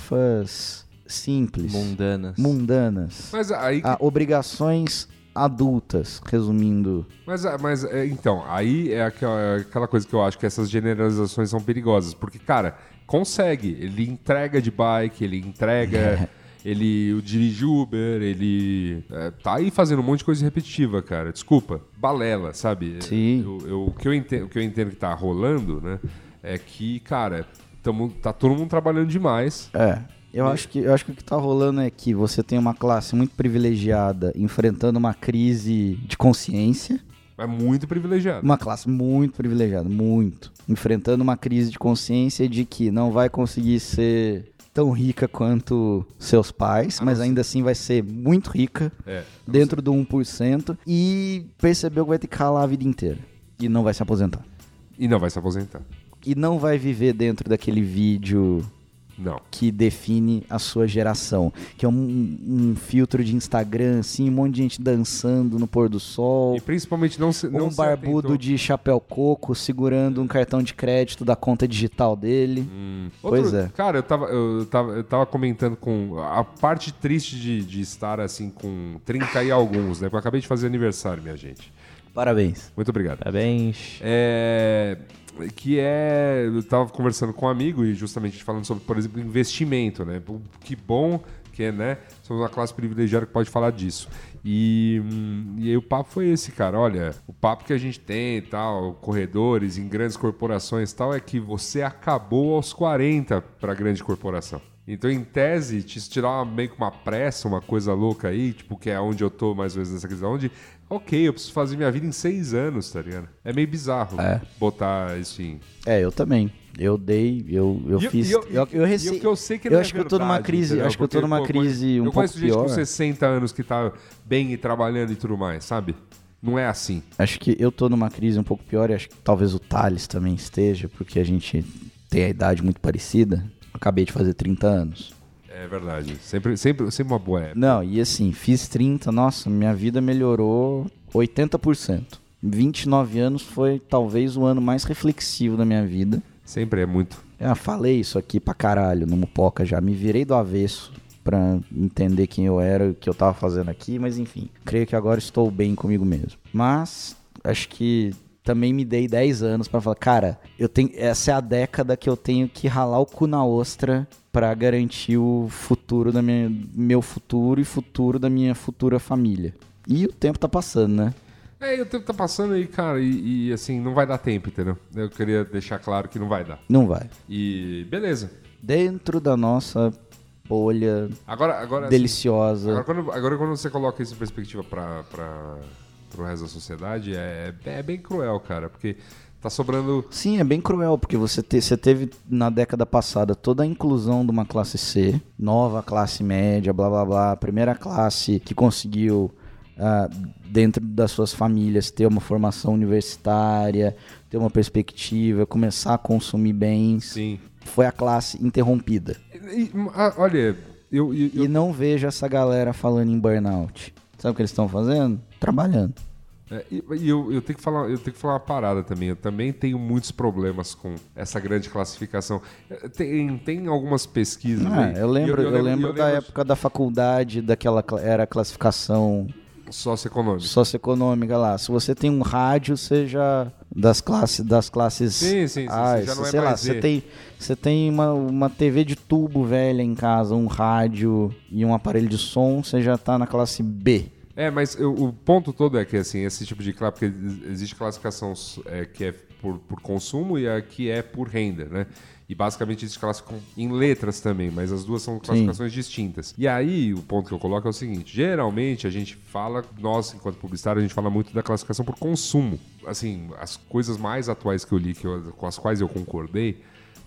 Speaker 2: tarefas simples,
Speaker 5: Mundanas.
Speaker 2: mundanas,
Speaker 3: Mas aí
Speaker 2: a obrigações adultas, resumindo.
Speaker 3: Mas, a- mas é, então, aí é aquela, aquela coisa que eu acho que essas generalizações são perigosas. Porque, cara, consegue. Ele entrega de bike, ele entrega. Ele dirige Uber, ele é, tá aí fazendo um monte de coisa repetitiva, cara. Desculpa, balela, sabe?
Speaker 2: Sim.
Speaker 3: Eu- eu- o, que eu entendo, o que eu entendo que tá rolando, né? É que, cara, tamo, tá todo mundo trabalhando demais.
Speaker 2: É. Eu acho, que, eu acho que o que tá rolando é que você tem uma classe muito privilegiada enfrentando uma crise de consciência.
Speaker 3: É muito privilegiado.
Speaker 2: Uma classe muito privilegiada, muito. Enfrentando uma crise de consciência de que não vai conseguir ser tão rica quanto seus pais, mas ainda assim vai ser muito rica,
Speaker 3: É.
Speaker 2: dentro do 1%, e percebeu que vai ter que ralar a vida inteira. E não vai se aposentar.
Speaker 3: E não vai se aposentar.
Speaker 2: E não vai viver dentro daquele vídeo
Speaker 3: Não.
Speaker 2: que define a sua geração, que é um, um filtro de Instagram, assim, um monte de gente dançando no pôr do sol.
Speaker 3: E principalmente não se.
Speaker 2: Ou
Speaker 3: não
Speaker 2: um
Speaker 3: se
Speaker 2: barbudo
Speaker 3: atentou-
Speaker 2: de chapéu coco segurando um cartão de crédito da conta digital dele.
Speaker 3: Hum.
Speaker 2: Pois é.
Speaker 3: Cara, eu tava, eu, tava, eu tava comentando com. A parte triste de, de estar assim com 30 e alguns, né? Porque eu acabei de fazer aniversário, minha gente.
Speaker 2: Parabéns.
Speaker 3: Muito obrigado.
Speaker 5: Parabéns.
Speaker 3: É, que é. Eu tava conversando com um amigo e justamente falando sobre, por exemplo, investimento, né? Pô, Que bom que é, né? Somos uma classe privilegiada que pode falar disso. E, hum, e aí o papo foi esse, cara. Olha, o papo que a gente tem e tal, corredores em grandes corporações e tal, é que você acabou aos 40 pra grande corporação. Então, em tese, te- isso te dá uma- meio que uma pressa, uma coisa louca aí, tipo, que é onde eu tô mais ou menos nessa questão, onde, ok, eu preciso fazer minha vida em seis anos, tá ligado? É meio bizarro botar isso em.
Speaker 2: É, eu também. Eu dei, eu, eu
Speaker 3: E eu-
Speaker 2: fiz.
Speaker 3: e eu-
Speaker 2: eu, eu, rece-
Speaker 3: e o que eu sei que
Speaker 2: eu
Speaker 3: não é
Speaker 2: acho que eu tô numa
Speaker 3: verdade,
Speaker 2: crise,
Speaker 3: entendeu?
Speaker 2: acho que eu tô
Speaker 3: Porque,
Speaker 2: numa
Speaker 3: pô,
Speaker 2: crise um
Speaker 3: Eu
Speaker 2: pouco
Speaker 3: conheço gente
Speaker 2: pior.
Speaker 3: com 60 anos que tá bem e trabalhando e tudo mais, sabe? não é assim.
Speaker 2: Acho que eu tô numa crise um pouco pior e acho que talvez o Thales também esteja, porque a gente tem a idade muito parecida. Acabei de fazer 30 anos.
Speaker 3: É verdade. Sempre, sempre, sempre uma boa época.
Speaker 2: Não, e assim, fiz 30, nossa, minha vida melhorou 80%. 29 anos foi talvez o ano mais reflexivo da minha vida.
Speaker 3: Sempre é muito.
Speaker 2: Eu Ah, falei isso aqui pra caralho no Mupoca já, me virei do avesso pra entender quem eu era e o que eu tava fazendo aqui, mas enfim, creio que agora estou bem comigo mesmo. Mas acho que também me dei 10 anos pra falar, cara, eu tenho essa é a década que eu tenho que ralar o cu na ostra pra garantir o futuro da minha meu futuro e futuro da minha futura família. E o tempo tá passando, né?
Speaker 3: É, e o tempo tá passando aí, cara, e, e, assim, não vai dar tempo, entendeu? Eu queria deixar claro que não vai dar.
Speaker 2: Não vai.
Speaker 3: E beleza.
Speaker 2: Dentro da nossa bolha
Speaker 3: Agora, agora assim,
Speaker 2: deliciosa.
Speaker 3: Agora quando, agora, quando você coloca isso em perspectiva para o resto da sociedade, é, é bem cruel, cara, porque tá sobrando.
Speaker 2: Sim, é bem cruel, porque você, te- você teve na década passada toda a inclusão de uma classe C, nova classe média, blá blá blá, primeira classe que conseguiu, ah, dentro das suas famílias, ter uma formação universitária, ter uma perspectiva, começar a consumir bens.
Speaker 3: Sim.
Speaker 2: Foi a classe interrompida.
Speaker 3: E- e- ah, olha, eu, eu- eu-
Speaker 2: E não vejo essa galera falando em burnout. Sabe o que eles estão fazendo? Trabalhando.
Speaker 3: é, e- e eu- eu tenho que falar, eu tenho que falar uma parada também. Eu também tenho muitos problemas com essa grande classificação. É, Tem, tem algumas pesquisas.
Speaker 2: Ah,
Speaker 3: aí,
Speaker 2: eu lembro,
Speaker 3: e
Speaker 2: eu, lembro
Speaker 3: e eu
Speaker 2: da época da faculdade, daquela cla- era a classificação
Speaker 3: socioeconômica.
Speaker 2: socioeconômica lá. Se você tem um rádio, você já das classes das classes
Speaker 3: Sim, sim, sim,
Speaker 2: Ah,
Speaker 3: você já não é
Speaker 2: sei lá,
Speaker 3: mais
Speaker 2: você
Speaker 3: Z.
Speaker 2: tem você tem uma, uma TV de tubo velha em casa, um rádio e um aparelho de som, você já tá na classe B.
Speaker 3: É, mas eu- o ponto todo é que assim, esse tipo de classe, porque ex- existe classificação é, que é por, por consumo e a que é por renda, né? E basicamente existe classificação em letras também, mas as duas são classificações distintas. E aí, o ponto que eu coloco é o seguinte: geralmente a gente fala, nós, enquanto publicitário, a gente fala muito da classificação por consumo. Assim, as coisas mais atuais que eu li, que eu- com as quais eu concordei,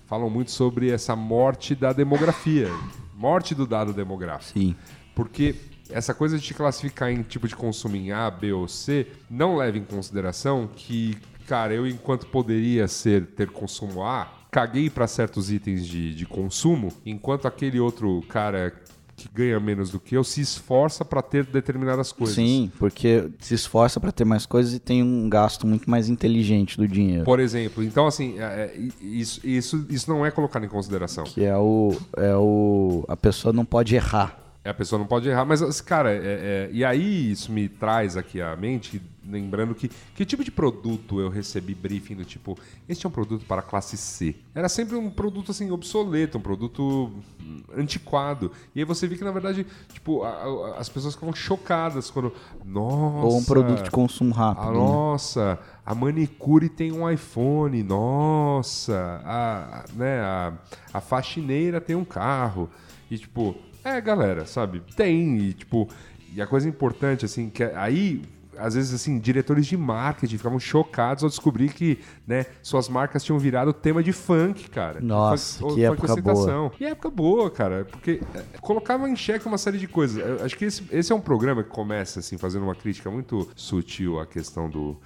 Speaker 3: falam muito sobre essa morte da demografia. Morte do dado demográfico.
Speaker 2: Sim.
Speaker 3: Porque essa coisa de te classificar em tipo de consumo em A, B ou C não leva em consideração que, cara, eu enquanto poderia ser ter consumo A, caguei para certos itens de, de consumo, enquanto aquele outro cara que ganha menos do que eu se esforça para ter determinadas coisas.
Speaker 2: Sim, porque se esforça pra ter mais coisas e tem um gasto muito mais inteligente do dinheiro.
Speaker 3: Por exemplo, então assim, é- é- isso, isso, isso não é colocado em consideração.
Speaker 2: Que é o. É o. A pessoa não pode errar.
Speaker 3: É, A pessoa não pode errar, mas, assim, cara, é- é- e aí isso me traz aqui à mente, lembrando que que tipo de produto eu recebi briefing do tipo, este é um produto para a classe C. Era sempre um produto, assim, obsoleto, um produto hum, antiquado. E aí você vê que, na verdade, tipo, a- a- as pessoas ficam chocadas quando, nossa...
Speaker 2: Ou um produto de consumo
Speaker 3: Ah,
Speaker 2: rápido. né?
Speaker 3: nossa, a manicure tem um iPhone, nossa, a, né, a, a faxineira tem um carro. E tipo, é, galera, sabe? Tem, e tipo, e a coisa importante, assim, que aí. Às vezes, assim, diretores de marketing ficavam chocados ao descobrir que, né, suas marcas tinham virado tema de funk, cara.
Speaker 2: Nossa,
Speaker 3: Funk-
Speaker 2: que
Speaker 3: funk
Speaker 2: época
Speaker 3: ostentação.
Speaker 2: boa.
Speaker 3: E é época boa, cara, porque é, colocava em xeque uma série de coisas. Eu acho que esse, esse é um programa que começa, assim, fazendo uma crítica muito sutil à questão do.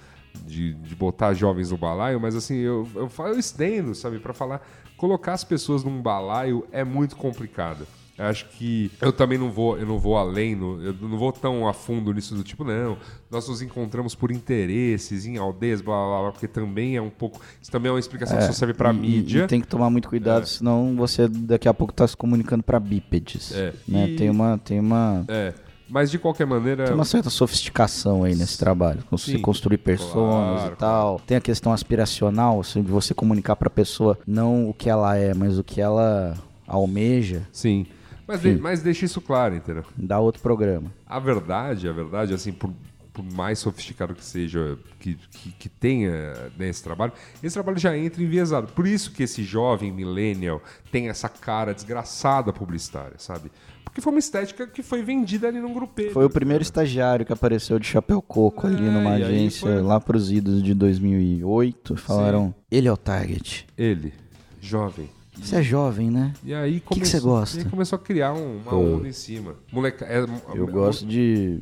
Speaker 3: De, de botar jovens no balaio, mas assim, eu, eu, falo- eu estendo, sabe, pra falar. Colocar as pessoas num balaio é muito complicado. Eu acho que eu também não vou, eu não vou além, no- eu não vou tão a fundo nisso do tipo, não. Nós nos encontramos por interesses, em aldeias, blá blá blá, porque também é um pouco. Isso também é uma explicação que só serve pra
Speaker 2: E-
Speaker 3: mídia. É.
Speaker 2: E tem que tomar muito cuidado, senão você daqui a pouco tá se comunicando pra bípedes.
Speaker 3: É.
Speaker 2: né?
Speaker 3: E-
Speaker 2: Tem, uma, tem, uma,
Speaker 3: É. Mas de qualquer maneira.
Speaker 2: tem uma certa sofisticação aí nesse trabalho. com Você
Speaker 3: Sim.
Speaker 2: construir personas
Speaker 3: Claro,
Speaker 2: e tal. Tem a questão aspiracional, assim, de você comunicar pra pessoa não o que ela é, mas o que ela almeja.
Speaker 3: Sim. Mas, de- mas deixa isso claro, entendeu?
Speaker 2: Dá outro programa.
Speaker 3: A verdade, a verdade, assim, por, por mais sofisticado que seja, que, que, que tenha né, esse trabalho, esse trabalho já entra enviesado. Por isso que esse jovem millennial tem essa cara desgraçada publicitária, sabe? Porque foi uma estética que foi vendida ali num grupelho.
Speaker 2: Foi o primeiro estagiário que apareceu de chapéu coco ali
Speaker 3: É,
Speaker 2: numa
Speaker 3: e aí
Speaker 2: agência
Speaker 3: foi-
Speaker 2: lá pros idos de 2008. Falaram, ele é o target.
Speaker 3: Ele, jovem.
Speaker 2: Você é jovem, né?
Speaker 3: E aí
Speaker 2: que
Speaker 3: começou,
Speaker 2: você gosta?
Speaker 3: é, e aí começou a criar um- uma onda em cima. Moleca, é,
Speaker 2: Eu gosto de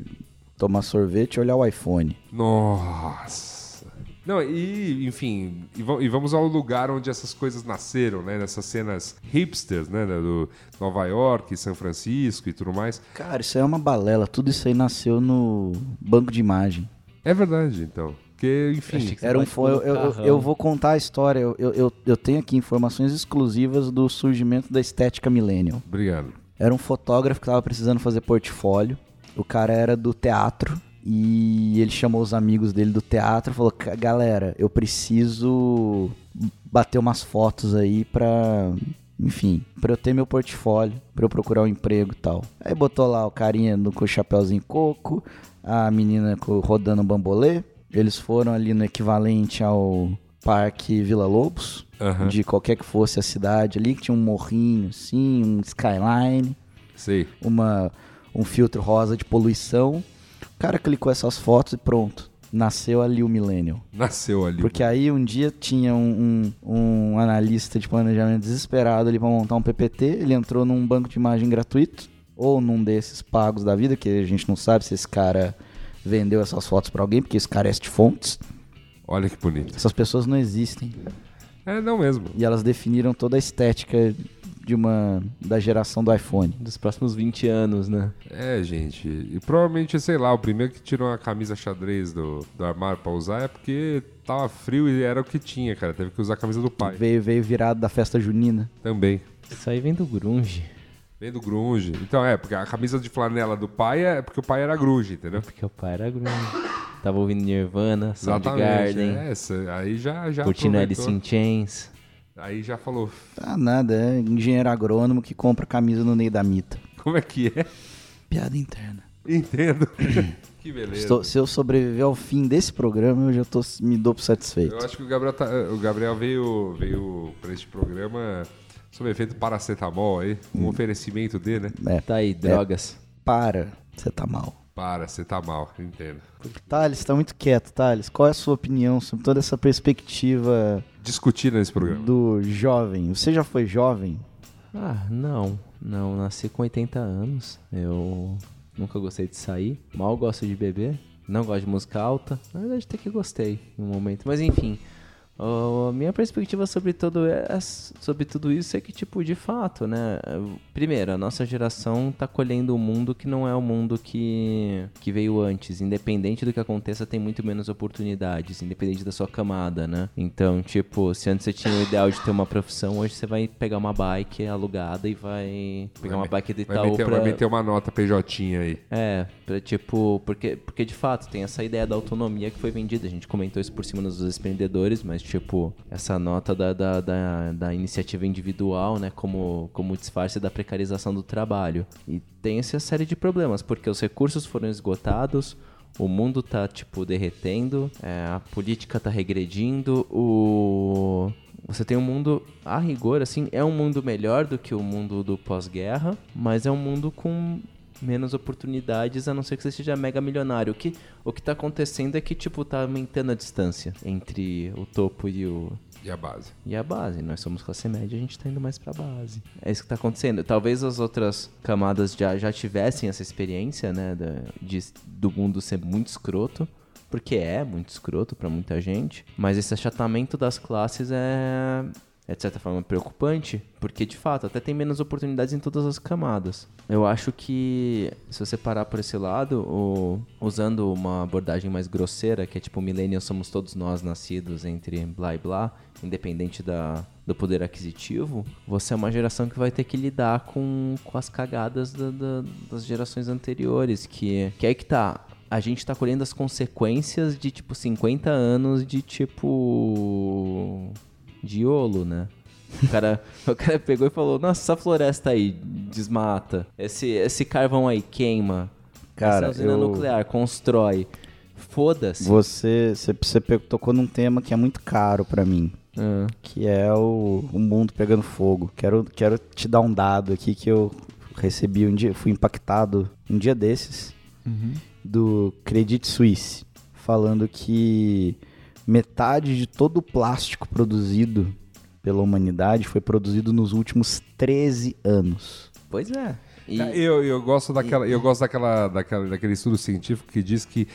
Speaker 2: tomar sorvete e olhar o iPhone.
Speaker 3: Nossa. Não, e, enfim, e, va- e vamos ao lugar onde essas coisas nasceram, né? Nessas cenas hipsters, né? da- Do Nova York, São Francisco e tudo mais.
Speaker 2: Cara, isso aí é uma balela. Tudo isso aí nasceu no banco de imagem.
Speaker 3: É verdade, então. Porque, enfim.
Speaker 5: Achei que-
Speaker 2: Era um
Speaker 5: Mas
Speaker 2: fo- eu, eu- eu-
Speaker 5: carrão.
Speaker 2: eu vou contar a história. Eu, eu- eu- eu tenho aqui informações exclusivas do surgimento da estética millennial.
Speaker 3: Obrigado.
Speaker 2: Era um fotógrafo que tava precisando fazer portfólio. O cara era do teatro. E ele chamou os amigos dele do teatro e falou: "Ca- Galera, eu preciso bater umas fotos aí pra. Enfim, pra eu ter meu portfólio, pra eu procurar um emprego e tal. Aí botou lá o carinha no, com o chapéuzinho coco, a menina co- rodando um bambolê. Eles foram ali no equivalente ao Parque Vila Lobos
Speaker 3: Aham.
Speaker 2: de qualquer que fosse a cidade ali, que tinha um morrinho assim, um skyline,
Speaker 3: Sei.
Speaker 2: uma, um filtro rosa de poluição. O cara clicou essas fotos e pronto. Nasceu ali o Millennial.
Speaker 3: Nasceu ali.
Speaker 2: Porque aí um dia tinha um, um, um analista de planejamento desesperado ali pra montar um PPT, ele entrou num banco de imagem gratuito, ou num desses pagos da vida, que a gente não sabe se esse cara vendeu essas fotos pra alguém, porque isso carece de fontes.
Speaker 3: Olha que bonito.
Speaker 2: Essas pessoas não existem.
Speaker 3: É, não mesmo.
Speaker 2: E elas definiram toda a estética de uma da geração do iPhone.
Speaker 5: Dos próximos 20 anos, né?
Speaker 3: É, gente. E provavelmente, sei lá, o primeiro que tirou a camisa xadrez do, do armário pra usar é porque tava frio e era o que tinha, cara. Teve que usar a camisa do pai.
Speaker 2: Veio, veio virado da festa junina.
Speaker 3: Também.
Speaker 5: Isso aí vem do grunge.
Speaker 3: Vem do grunge. Então é, porque a camisa de flanela do pai é porque o pai era grunge, entendeu?
Speaker 5: Porque o pai era grunge. Tava ouvindo Nirvana,
Speaker 3: Exatamente.
Speaker 5: Soundgarden,
Speaker 3: é essa. Aí já, já
Speaker 5: curtindo Alice
Speaker 3: aproveitou.
Speaker 5: in Chains.
Speaker 3: Aí já falou,
Speaker 2: Tá nada, é engenheiro agrônomo que compra camisa no Ney da Mita.
Speaker 3: como é que é?
Speaker 2: Piada interna.
Speaker 3: Entendo. que beleza.
Speaker 2: Estou- se eu sobreviver ao fim desse programa, eu já tô, me dou por satisfeito.
Speaker 3: Eu acho que o Gabriel, tá- o Gabriel veio, veio pra este programa sob efeito paracetamol aí.
Speaker 5: Hum.
Speaker 3: Um oferecimento D, né?
Speaker 5: Tá aí, drogas.
Speaker 2: É. Para, você tá mal.
Speaker 3: Para, você tá mal, entendo.
Speaker 2: Thales, tá muito quieto, Thales. Qual é a sua opinião sobre toda essa perspectiva
Speaker 3: Discutir nesse
Speaker 5: Hum.
Speaker 3: programa.
Speaker 2: do jovem? Você já foi jovem?
Speaker 5: Ah, não. Não, nasci com 80 anos. Eu nunca gostei de sair. Mal gosto de beber. Não gosto de música alta. Na verdade, até que gostei no momento. Mas enfim. ó, a minha perspectiva sobre, todo é, sobre tudo isso é que, tipo, de fato, né? Primeiro, a nossa geração tá colhendo um mundo que não é o mundo que, que veio antes. Independente do que aconteça, tem muito menos oportunidades, independente da sua camada, né? Então, tipo, se antes você tinha o ideal de ter uma profissão, hoje você vai pegar uma bike alugada e vai pegar uma bike do
Speaker 3: Vai
Speaker 5: Itaú
Speaker 3: meter, vai
Speaker 5: pra,
Speaker 3: meter uma nota PJ aí.
Speaker 5: é, pra, tipo, porque, porque de fato tem essa ideia da autonomia que foi vendida. A gente comentou isso por cima nos dois empreendedores, mas tipo, essa nota da, da, da, da iniciativa individual, né, como, como disfarce da precarização do trabalho. E tem essa série de problemas, porque os recursos foram esgotados, o mundo tá, tipo, derretendo, é, a política tá regredindo, o. Você tem um mundo, a rigor, assim, é um mundo melhor do que o mundo do pós-guerra, mas é um mundo com menos oportunidades, a não ser que você seja mega milionário. O que, o que tá acontecendo é que, tipo, tá aumentando a distância entre o topo e o.
Speaker 3: E a base.
Speaker 5: E a base, nós somos classe média, a gente tá indo mais pra base. É isso que tá acontecendo. Talvez as outras camadas já, já tivessem essa experiência, né, da- de, do mundo ser muito escroto, porque é muito escroto pra muita gente, mas esse achatamento das classes é, é de certa forma preocupante, porque de fato até tem menos oportunidades em todas as camadas. Eu acho que se você parar por esse lado, o- usando uma abordagem mais grosseira, que é tipo millennials somos todos nós nascidos entre blá e blá, independente da, do poder aquisitivo, você é uma geração que vai ter que lidar com, com as cagadas da- da- das gerações anteriores, que, que aí que tá a gente tá colhendo as consequências de, tipo, 50 anos de, tipo. de olo, né? O cara, o cara pegou e falou: Nossa, essa floresta aí desmata. Esse, esse carvão aí queima.
Speaker 2: Cara,
Speaker 5: essa usina
Speaker 2: eu-
Speaker 5: nuclear constrói. Foda-se.
Speaker 2: Você, você, você pe- tocou num tema que é muito caro pra mim.
Speaker 5: Ah,
Speaker 2: que é o, o mundo pegando fogo. Quero, quero te dar um dado aqui que eu recebi um dia, fui impactado um dia desses do Credit Suisse, falando que metade de todo o plástico produzido pela humanidade foi produzido nos últimos 13 anos.
Speaker 5: pois é. E-
Speaker 3: Eu, eu gosto, daquela, eu gosto daquela, daquela- daquele estudo científico que diz que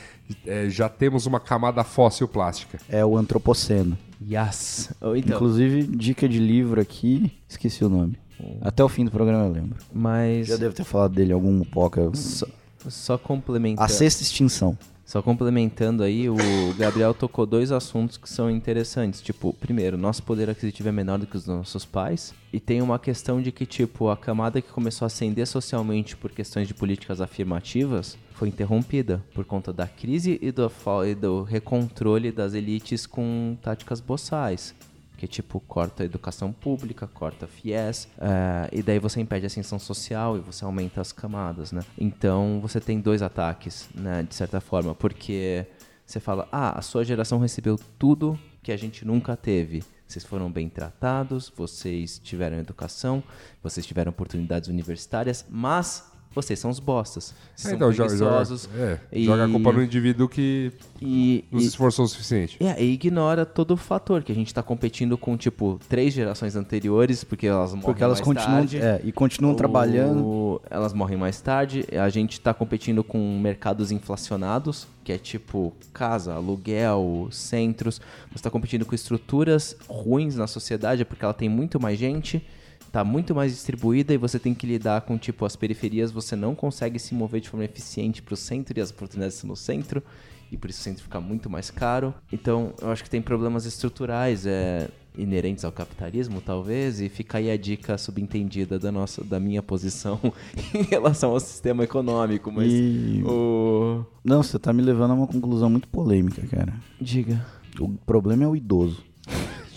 Speaker 3: eh, já temos uma camada fóssil plástica.
Speaker 2: É o antropoceno.
Speaker 5: Yes! Ou então,
Speaker 2: Inclusive, dica de livro aqui, esqueci o nome. Até o fim do programa eu lembro.
Speaker 5: mas
Speaker 2: Já devo ter falado dele em algum poca.
Speaker 5: só, só complementando.
Speaker 2: A sexta extinção.
Speaker 5: Só complementando aí, o Gabriel tocou dois assuntos que são interessantes. Tipo, primeiro, nosso poder aquisitivo é menor do que os nossos pais. E tem uma questão de que, tipo, a camada que começou a ascender socialmente por questões de políticas afirmativas foi interrompida por conta da crise e do, fa- e do recontrole das elites com táticas boçais. Que tipo, corta a educação pública, corta FIES, eh, e daí você impede a ascensão social e você aumenta as camadas, né? Então você tem dois ataques, né, de certa forma, porque você fala, ah, a sua geração recebeu tudo que a gente nunca teve. Vocês foram bem tratados, vocês tiveram educação, vocês tiveram oportunidades universitárias, mas vocês são os bostas. Vocês
Speaker 3: É,
Speaker 5: são
Speaker 3: joga, joga,
Speaker 5: preguiçosos.
Speaker 3: é,
Speaker 5: e-
Speaker 3: joga a culpa no indivíduo que
Speaker 5: e-
Speaker 3: não
Speaker 5: e-
Speaker 3: se esforçou o suficiente.
Speaker 5: é, e ignora todo o fator que a gente tá competindo com, tipo, três gerações anteriores, porque elas morrem
Speaker 2: Porque elas
Speaker 5: mais
Speaker 2: continuam,
Speaker 5: tarde.
Speaker 2: é, e continuam
Speaker 5: O-
Speaker 2: trabalhando.
Speaker 5: Elas morrem mais tarde. A gente tá competindo com mercados inflacionados, que é tipo casa, aluguel, centros. Você tá competindo com estruturas ruins na sociedade, é porque ela tem muito mais gente, tá muito mais distribuída e você tem que lidar com, tipo, as periferias. Você não consegue se mover de forma eficiente pro centro e as oportunidades estão no centro. E por isso o centro fica muito mais caro. Então, eu acho que tem problemas estruturais. É, inerentes ao capitalismo, talvez, e fica aí a dica subentendida da nossa, da minha posição em relação ao sistema econômico, mas
Speaker 2: E...
Speaker 5: o
Speaker 2: Não, você tá me levando a uma conclusão muito polêmica, cara.
Speaker 5: diga.
Speaker 2: O problema é o idoso.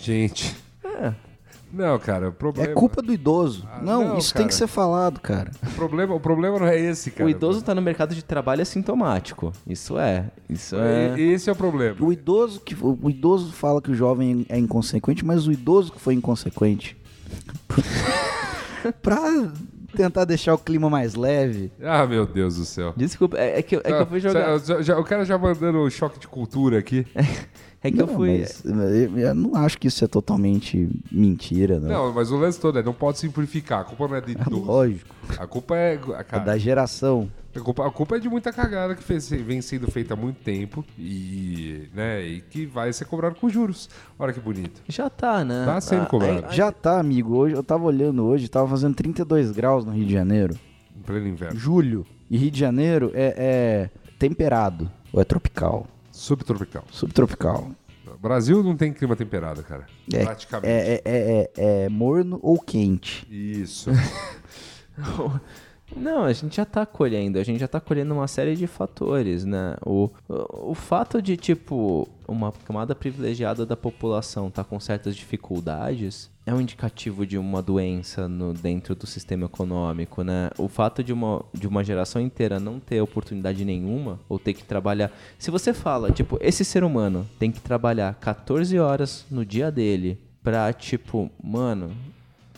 Speaker 3: Gente.
Speaker 5: É.
Speaker 3: Não, cara, o
Speaker 2: É
Speaker 3: problema.
Speaker 2: culpa do idoso. não,
Speaker 3: não,
Speaker 2: isso
Speaker 3: cara.
Speaker 2: tem que ser falado, cara.
Speaker 3: O problema, o problema não é esse, cara.
Speaker 5: o idoso tá no mercado de trabalho assintomático. Isso é, isso é.
Speaker 3: E- Esse é o problema.
Speaker 2: O idoso que o idoso fala que o jovem é inconsequente, mas o idoso que foi inconsequente pra tentar deixar o clima mais leve.
Speaker 3: Ah, meu Deus do céu.
Speaker 5: Desculpa, é, é que, eu- é que
Speaker 3: Ah,
Speaker 5: eu fui jogar.
Speaker 3: Já- já- o cara já mandando um choque de cultura aqui.
Speaker 5: É que eu
Speaker 2: Não,
Speaker 5: fui.
Speaker 2: mas, eu, eu não acho que isso é totalmente mentira, não.
Speaker 3: Não, mas o lance todo é, não pode simplificar. A culpa não é de
Speaker 2: É
Speaker 3: idoso.
Speaker 2: lógico,
Speaker 3: A culpa é.
Speaker 2: é
Speaker 3: Cara,
Speaker 2: da geração.
Speaker 3: A culpa, a culpa é de muita cagada que fez- vem sendo feita há muito tempo e, né, e que vai ser cobrado com juros. Olha que bonito.
Speaker 5: Já tá, né?
Speaker 3: Tá sendo
Speaker 5: Ah,
Speaker 3: cobrado.
Speaker 2: Já tá, amigo. Hoje eu tava olhando hoje, tava fazendo 32 graus no Rio de Janeiro.
Speaker 3: Em pleno inverno.
Speaker 2: Julho. E Rio de Janeiro é, é temperado. Ou é tropical?
Speaker 3: Subtropical.
Speaker 2: Subtropical.
Speaker 3: O Brasil não tem clima temperado, cara.
Speaker 2: É,
Speaker 3: Praticamente.
Speaker 2: É, é- é- é- é morno ou quente.
Speaker 3: Isso.
Speaker 5: Não, a gente já tá colhendo, a gente já tá colhendo uma série de fatores, né? O, o, o fato de, tipo, uma camada privilegiada da população tá com certas dificuldades é um indicativo de uma doença no, dentro do sistema econômico, né? O fato de uma, de uma geração inteira não ter oportunidade nenhuma ou ter que trabalhar. Se você fala, tipo, esse ser humano tem que trabalhar 14 horas no dia dele pra, tipo, mano,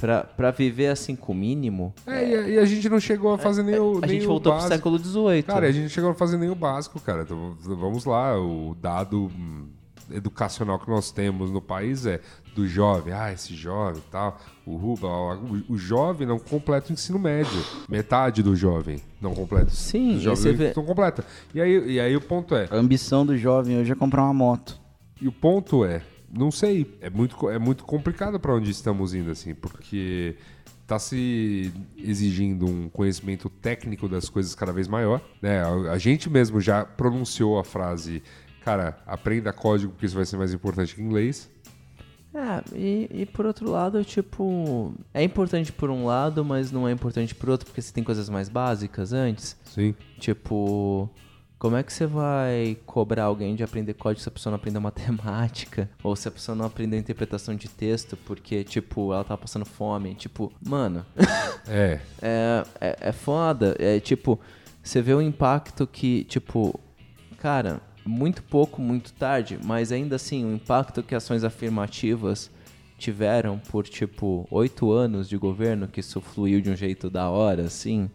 Speaker 5: pra, pra viver assim com o mínimo.
Speaker 3: É, e, a, e a gente não chegou a fazer nem o.
Speaker 5: É, A
Speaker 3: nem
Speaker 5: gente
Speaker 3: o
Speaker 5: voltou pro
Speaker 3: básico.
Speaker 5: século XVIII.
Speaker 3: Cara, a gente não chegou a fazer nem o básico, cara. Então, v- vamos lá, o dado hum, educacional que nós temos no país é do jovem, ah, esse jovem e tal, o Ruba, o, o jovem não completa o ensino médio. Metade do jovem não completa.
Speaker 5: Sim,
Speaker 3: Os
Speaker 5: e você
Speaker 3: jovens
Speaker 5: vê-
Speaker 3: não completa. E aí, e aí o ponto é,
Speaker 2: A ambição do jovem hoje é comprar uma moto.
Speaker 3: e o ponto é, não sei, é muito, co- é muito complicado para onde estamos indo, assim, porque tá se exigindo um conhecimento técnico das coisas cada vez maior, né? A, a gente mesmo já pronunciou a frase, cara, aprenda código porque isso vai ser mais importante que inglês.
Speaker 5: É, e, e por outro lado, tipo, é importante por um lado, mas não é importante por outro, porque você tem coisas mais básicas antes.
Speaker 3: Sim.
Speaker 5: Tipo, como é que você vai cobrar alguém de aprender código se a pessoa não aprendeu matemática? Ou se a pessoa não aprendeu interpretação de texto porque, tipo, ela tá passando fome? Tipo, mano,
Speaker 3: É,
Speaker 5: é, é, é foda. É tipo, você vê o impacto que, tipo, cara, muito pouco, muito tarde, mas ainda assim, o impacto que ações afirmativas tiveram por, tipo, oito anos de governo, que isso fluiu de um jeito da hora, assim,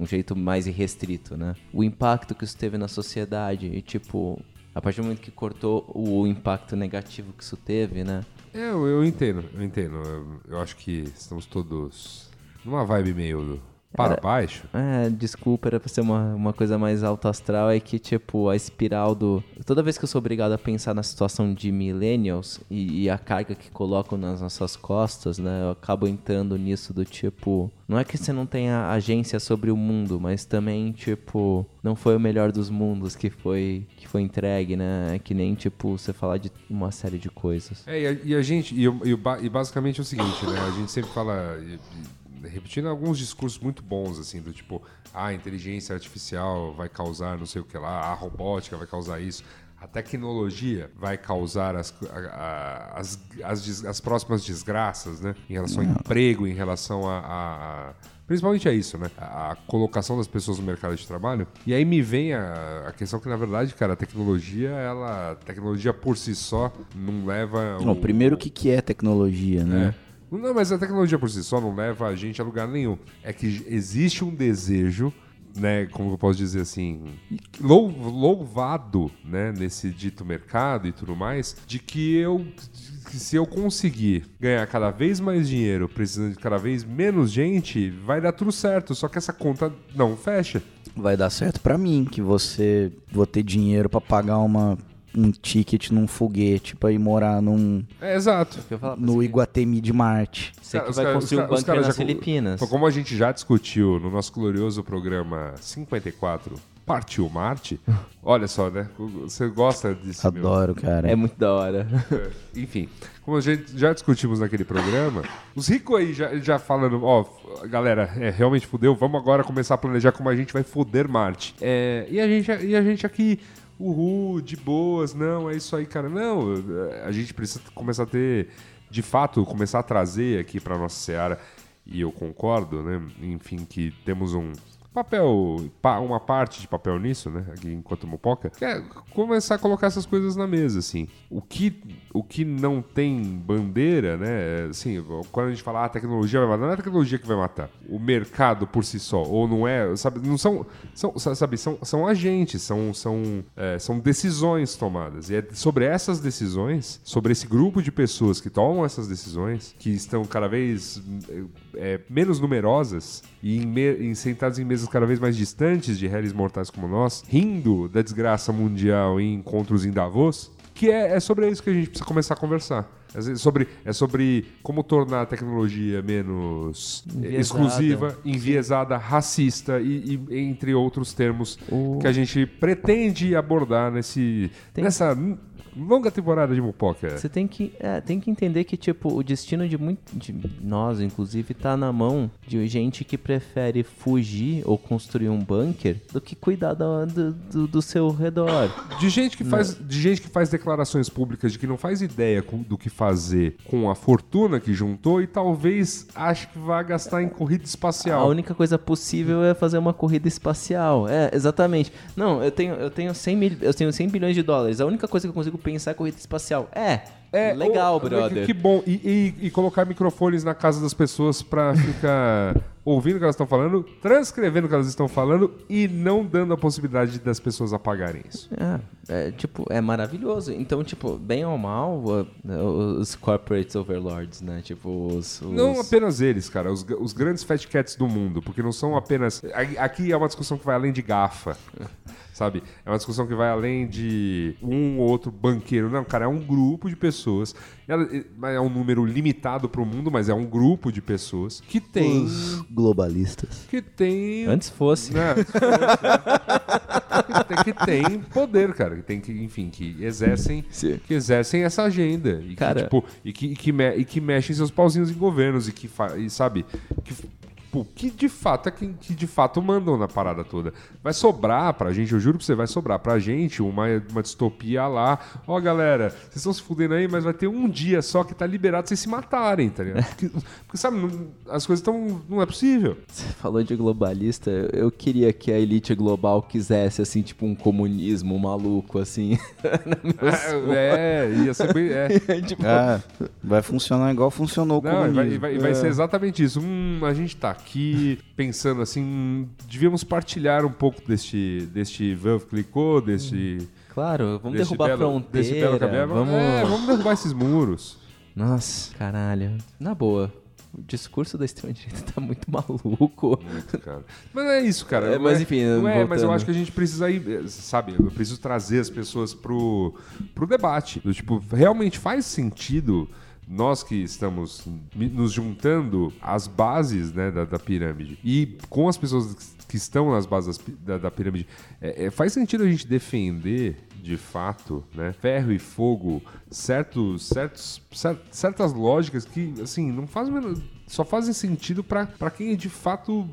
Speaker 5: um jeito mais irrestrito, né? O impacto que isso teve na sociedade e, tipo, a partir do momento que cortou o impacto negativo que isso teve, né?
Speaker 3: É, eu, eu entendo, eu entendo. Eu, eu acho que estamos todos numa vibe meio Para baixo?
Speaker 5: É, desculpa, era pra ser uma, uma coisa mais alto astral, é que, tipo, a espiral do... Toda vez que eu sou obrigado a pensar na situação de millennials e, e a carga que colocam nas nossas costas, né, eu acabo entrando nisso do tipo... Não é que você não tenha agência sobre o mundo, mas também, tipo, não foi o melhor dos mundos que foi, que foi entregue, né? É que nem, tipo, você falar de uma série de coisas.
Speaker 3: É, e a, e a gente, e, o- e o ba- e basicamente é o seguinte, né? A gente sempre fala, e- e repetindo alguns discursos muito bons, assim, do tipo, ah, a inteligência artificial vai causar não sei o que lá, a robótica vai causar isso, a tecnologia vai causar as, co- a- a- as, as des- as próximas desgraças, né? Em relação ao emprego, em relação a- a- a Principalmente é isso, né? A a colocação das pessoas no mercado de trabalho. E aí me vem a, a questão que, na verdade, cara, a tecnologia, ela. a tecnologia por si só não leva.
Speaker 2: Não, primeiro, o que, que é tecnologia, né?
Speaker 3: É. Não, mas a tecnologia por si só não leva a gente a lugar nenhum. É que existe um desejo, né? Como eu posso dizer assim, lou- louvado, né? Nesse dito mercado e tudo mais, de que eu. que se eu conseguir ganhar cada vez mais dinheiro, precisando de cada vez menos gente, vai dar tudo certo. Só que essa conta não fecha.
Speaker 5: É.
Speaker 2: Vai dar certo pra mim que você vou ter dinheiro pra pagar uma um ticket num foguete pra ir morar num
Speaker 3: É exato.
Speaker 5: Eu falar,
Speaker 2: no Iguatemi de Marte.
Speaker 5: Você
Speaker 3: Cara,
Speaker 5: que
Speaker 3: os
Speaker 5: vai
Speaker 3: cara-
Speaker 5: construir
Speaker 3: os
Speaker 5: um
Speaker 3: cara- os
Speaker 5: bunker
Speaker 3: caras
Speaker 5: nas
Speaker 3: já co-
Speaker 5: Filipinas.
Speaker 3: Pô, Como a gente já discutiu no nosso glorioso programa 54, Partiu Marte, olha só, né? Você gosta disso, meu?
Speaker 2: Adoro, cara.
Speaker 5: É muito da hora.
Speaker 3: Enfim, como a gente já discutimos naquele programa, os ricos aí já, já falando, ó, f- galera, é, realmente fudeu, vamos agora começar a planejar como a gente vai foder Marte. É, e, a gente, e a gente aqui, uhul, de boas, não, é isso aí, cara. Não, a gente precisa começar a ter, de fato, começar a trazer aqui pra nossa seara, e eu concordo, né, enfim, que temos um papel, pa- uma parte de papel nisso, né? Aqui enquanto mopoca, que é começar a colocar essas coisas na mesa, assim. O que, o que não tem bandeira, né? Assim, quando a gente fala ah, a tecnologia vai matar, não é a tecnologia que vai matar. O mercado por si só, ou não é, sabe? Não são, são sabe? São, são agentes, são, são, é, são decisões tomadas. E é sobre essas decisões, sobre esse grupo de pessoas que tomam essas decisões, que estão cada vez é, menos numerosas e, em me- e sentadas em mesas cada vez mais distantes de réis mortais como nós, rindo da desgraça mundial em encontros em Davos, que é, é sobre isso que a gente precisa começar a conversar. É se- sobre, é sobre como tornar a tecnologia menos eh,
Speaker 5: Enviesada.
Speaker 3: exclusiva, enviesada, racista e, e entre outros termos que a gente pretende abordar nesse,
Speaker 5: Tem-
Speaker 3: nessa n- longa temporada de Mupoca.
Speaker 5: Você tem que, é, tem que entender que, tipo, o destino de, muito, de nós, inclusive, tá na mão de gente que prefere fugir ou construir um bunker do que cuidar da- do, do, do seu redor.
Speaker 3: De gente, que faz, de gente que faz declarações públicas de que não faz ideia com- do que fazer com a fortuna que juntou e talvez ache que vai gastar em corrida
Speaker 5: A
Speaker 3: espacial.
Speaker 5: única coisa possível é fazer uma corrida espacial. É, exatamente. Não, eu tenho, eu tenho, 100, mil, eu tenho 100 bilhões de dólares. A única coisa que eu consigo pensar é corrida espacial. É, legal,
Speaker 3: ô,
Speaker 5: brother.
Speaker 3: Que, que bom. E, e- e colocar microfones na casa das pessoas pra ficar ouvindo o que elas estão falando, transcrevendo o que elas estão falando e não dando a possibilidade das pessoas apagarem isso.
Speaker 5: É, é, tipo, é maravilhoso. Então, tipo, bem ou mal, o- os corporate overlords, né? Tipo, os... os-
Speaker 3: Não apenas eles, cara, os, os grandes fat cats do mundo, porque não são apenas. a- Aqui é uma discussão que vai além de gafa, sabe? É uma discussão que vai além de um ou outro banqueiro. Não, cara, é um grupo de pessoas. Ela- É um número limitado pro mundo, mas é um grupo de pessoas que tem.
Speaker 2: Globalistas.
Speaker 3: Que tem.
Speaker 5: Antes fosse.
Speaker 3: Né? que tem poder, cara. Que tem que, enfim, que exercem,
Speaker 5: Sim.
Speaker 3: que exercem essa agenda. E
Speaker 5: Cara.
Speaker 3: que, tipo, e que, e que, me- e que mexem seus pauzinhos em governos e que, fa- e sabe, que, tipo, que de fato é quem que de fato mandam na parada toda. Vai sobrar pra gente, eu juro pra você, vai sobrar pra gente uma, uma distopia lá. Ó, galera, vocês estão se fudendo aí, mas vai ter um dia só que tá liberado vocês se matarem, tá ligado? Porque, porque, sabe, não- as coisas estão. Não é possível.
Speaker 5: Você falou de globalista, eu queria que a elite global quisesse, assim, tipo, um comunismo maluco, assim.
Speaker 3: É, ia ser bem. É.
Speaker 5: tipo,
Speaker 2: Ah, vai funcionar igual funcionou É. o
Speaker 3: Não, e vai,
Speaker 2: comunismo.
Speaker 3: e vai- e vai
Speaker 5: É.
Speaker 3: ser exatamente isso. Hum, a gente tá aqui pensando assim, hum, devíamos partilhar um pouco deste, deste Valve Clicô, deste.
Speaker 5: claro, Hum. vamos
Speaker 3: deste
Speaker 5: derrubar
Speaker 3: belo-
Speaker 5: a
Speaker 3: desse belo é,
Speaker 5: fronteira.
Speaker 3: cabelo.
Speaker 5: Vamos...
Speaker 3: É, vamos derrubar esses muros.
Speaker 5: Nossa, caralho. Na boa. O discurso da extrema-direita tá muito maluco.
Speaker 3: cara. Mas é isso, cara.
Speaker 5: É,
Speaker 3: Não
Speaker 5: mas enfim,
Speaker 3: não é, mas eu
Speaker 5: voltando.
Speaker 3: acho que a gente precisa ir, eh, sabe? Eu preciso trazer as pessoas pro, pro debate. Do tipo, realmente faz sentido nós que estamos mi- nos juntando às bases né, da, da pirâmide e com as pessoas que estão nas bases das pi- da, da pirâmide, é, é, faz sentido a gente defender de fato, né, ferro e fogo, certos, certos, cer- certas lógicas que, assim, não fazem, o menor- só fazem sentido para quem de fato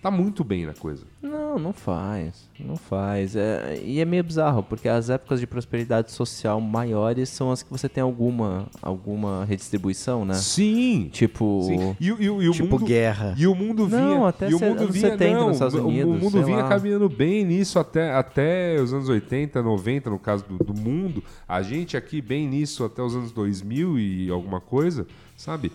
Speaker 3: tá muito bem na coisa.
Speaker 5: Não, não faz. Não faz. É, e é meio bizarro, porque as épocas de prosperidade social maiores são as que você tem alguma, alguma redistribuição, né?
Speaker 3: Sim.
Speaker 5: Tipo.
Speaker 3: Sim. E, o- e o- e o
Speaker 2: Tipo
Speaker 3: mundo,
Speaker 2: guerra.
Speaker 3: E o mundo vinha.
Speaker 5: Não, até
Speaker 3: e o
Speaker 5: se-
Speaker 3: mundo
Speaker 5: anos
Speaker 3: vinha,
Speaker 5: 70
Speaker 3: não,
Speaker 5: nos Estados
Speaker 3: o- O
Speaker 5: Unidos,
Speaker 3: mundo
Speaker 5: sei
Speaker 3: vinha
Speaker 5: lá.
Speaker 3: caminhando bem nisso até, até os anos 80, 90, no caso do, do mundo. A gente aqui bem nisso até os anos 2000 e alguma coisa, sabe?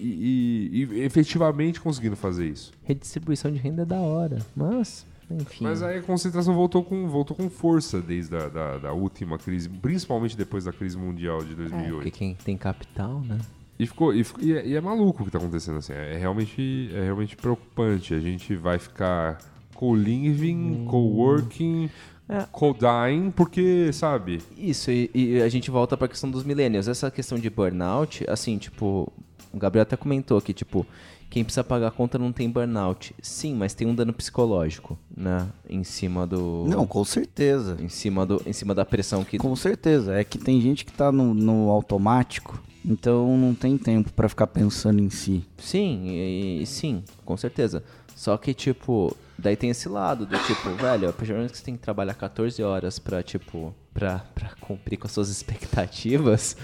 Speaker 3: E, e- e efetivamente conseguindo fazer isso.
Speaker 5: Redistribuição de renda é da hora. Mas, enfim.
Speaker 3: Mas aí a concentração voltou com, voltou com força desde a da, da última crise, principalmente depois da crise mundial de
Speaker 5: É,
Speaker 3: 2008.
Speaker 5: porque quem tem capital, né?
Speaker 3: E, ficou, e, ficou- e é, e é maluco o que tá acontecendo, assim. É, é realmente, é realmente preocupante. A gente vai ficar co-living, co-working,
Speaker 5: É.
Speaker 3: co-dying, porque, sabe?
Speaker 5: Isso, e, e a gente volta pra questão dos millennials. Essa questão de burnout, assim, tipo, o Gabriel até comentou aqui, tipo, quem precisa pagar a conta não tem burnout. Sim, mas tem um dano psicológico, né? Em cima do.
Speaker 2: Não, com certeza.
Speaker 5: Em cima, do, em cima da pressão que.
Speaker 2: Com certeza. É que tem gente que tá no, no automático, então não tem tempo pra ficar pensando em si.
Speaker 5: Sim, e- e- sim, com certeza. Só que, tipo, daí tem esse lado do tipo, velho, a partir do momento que você tem que trabalhar 14 horas pra, tipo, pra, pra cumprir com as suas expectativas,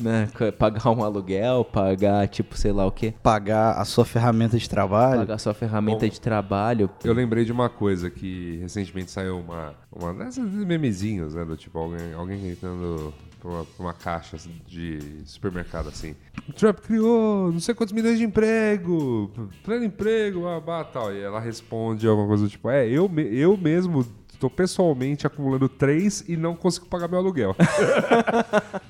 Speaker 5: né? co- Pagar um aluguel, pagar, tipo, sei lá o quê.
Speaker 2: Pagar a sua ferramenta de trabalho.
Speaker 5: Pagar sua ferramenta de trabalho.
Speaker 3: Eu lembrei de uma coisa que recentemente saiu uma. Uma dessas memezinhos, né? Do tipo, alguém, alguém gritando pra uma, pra uma caixa assim, de supermercado assim. O Trump criou não sei quantos milhões de emprego, pleno emprego, babá tal. E ela responde alguma coisa do tipo, é, eu, me- eu mesmo. Tô pessoalmente acumulando três e não consigo pagar meu aluguel.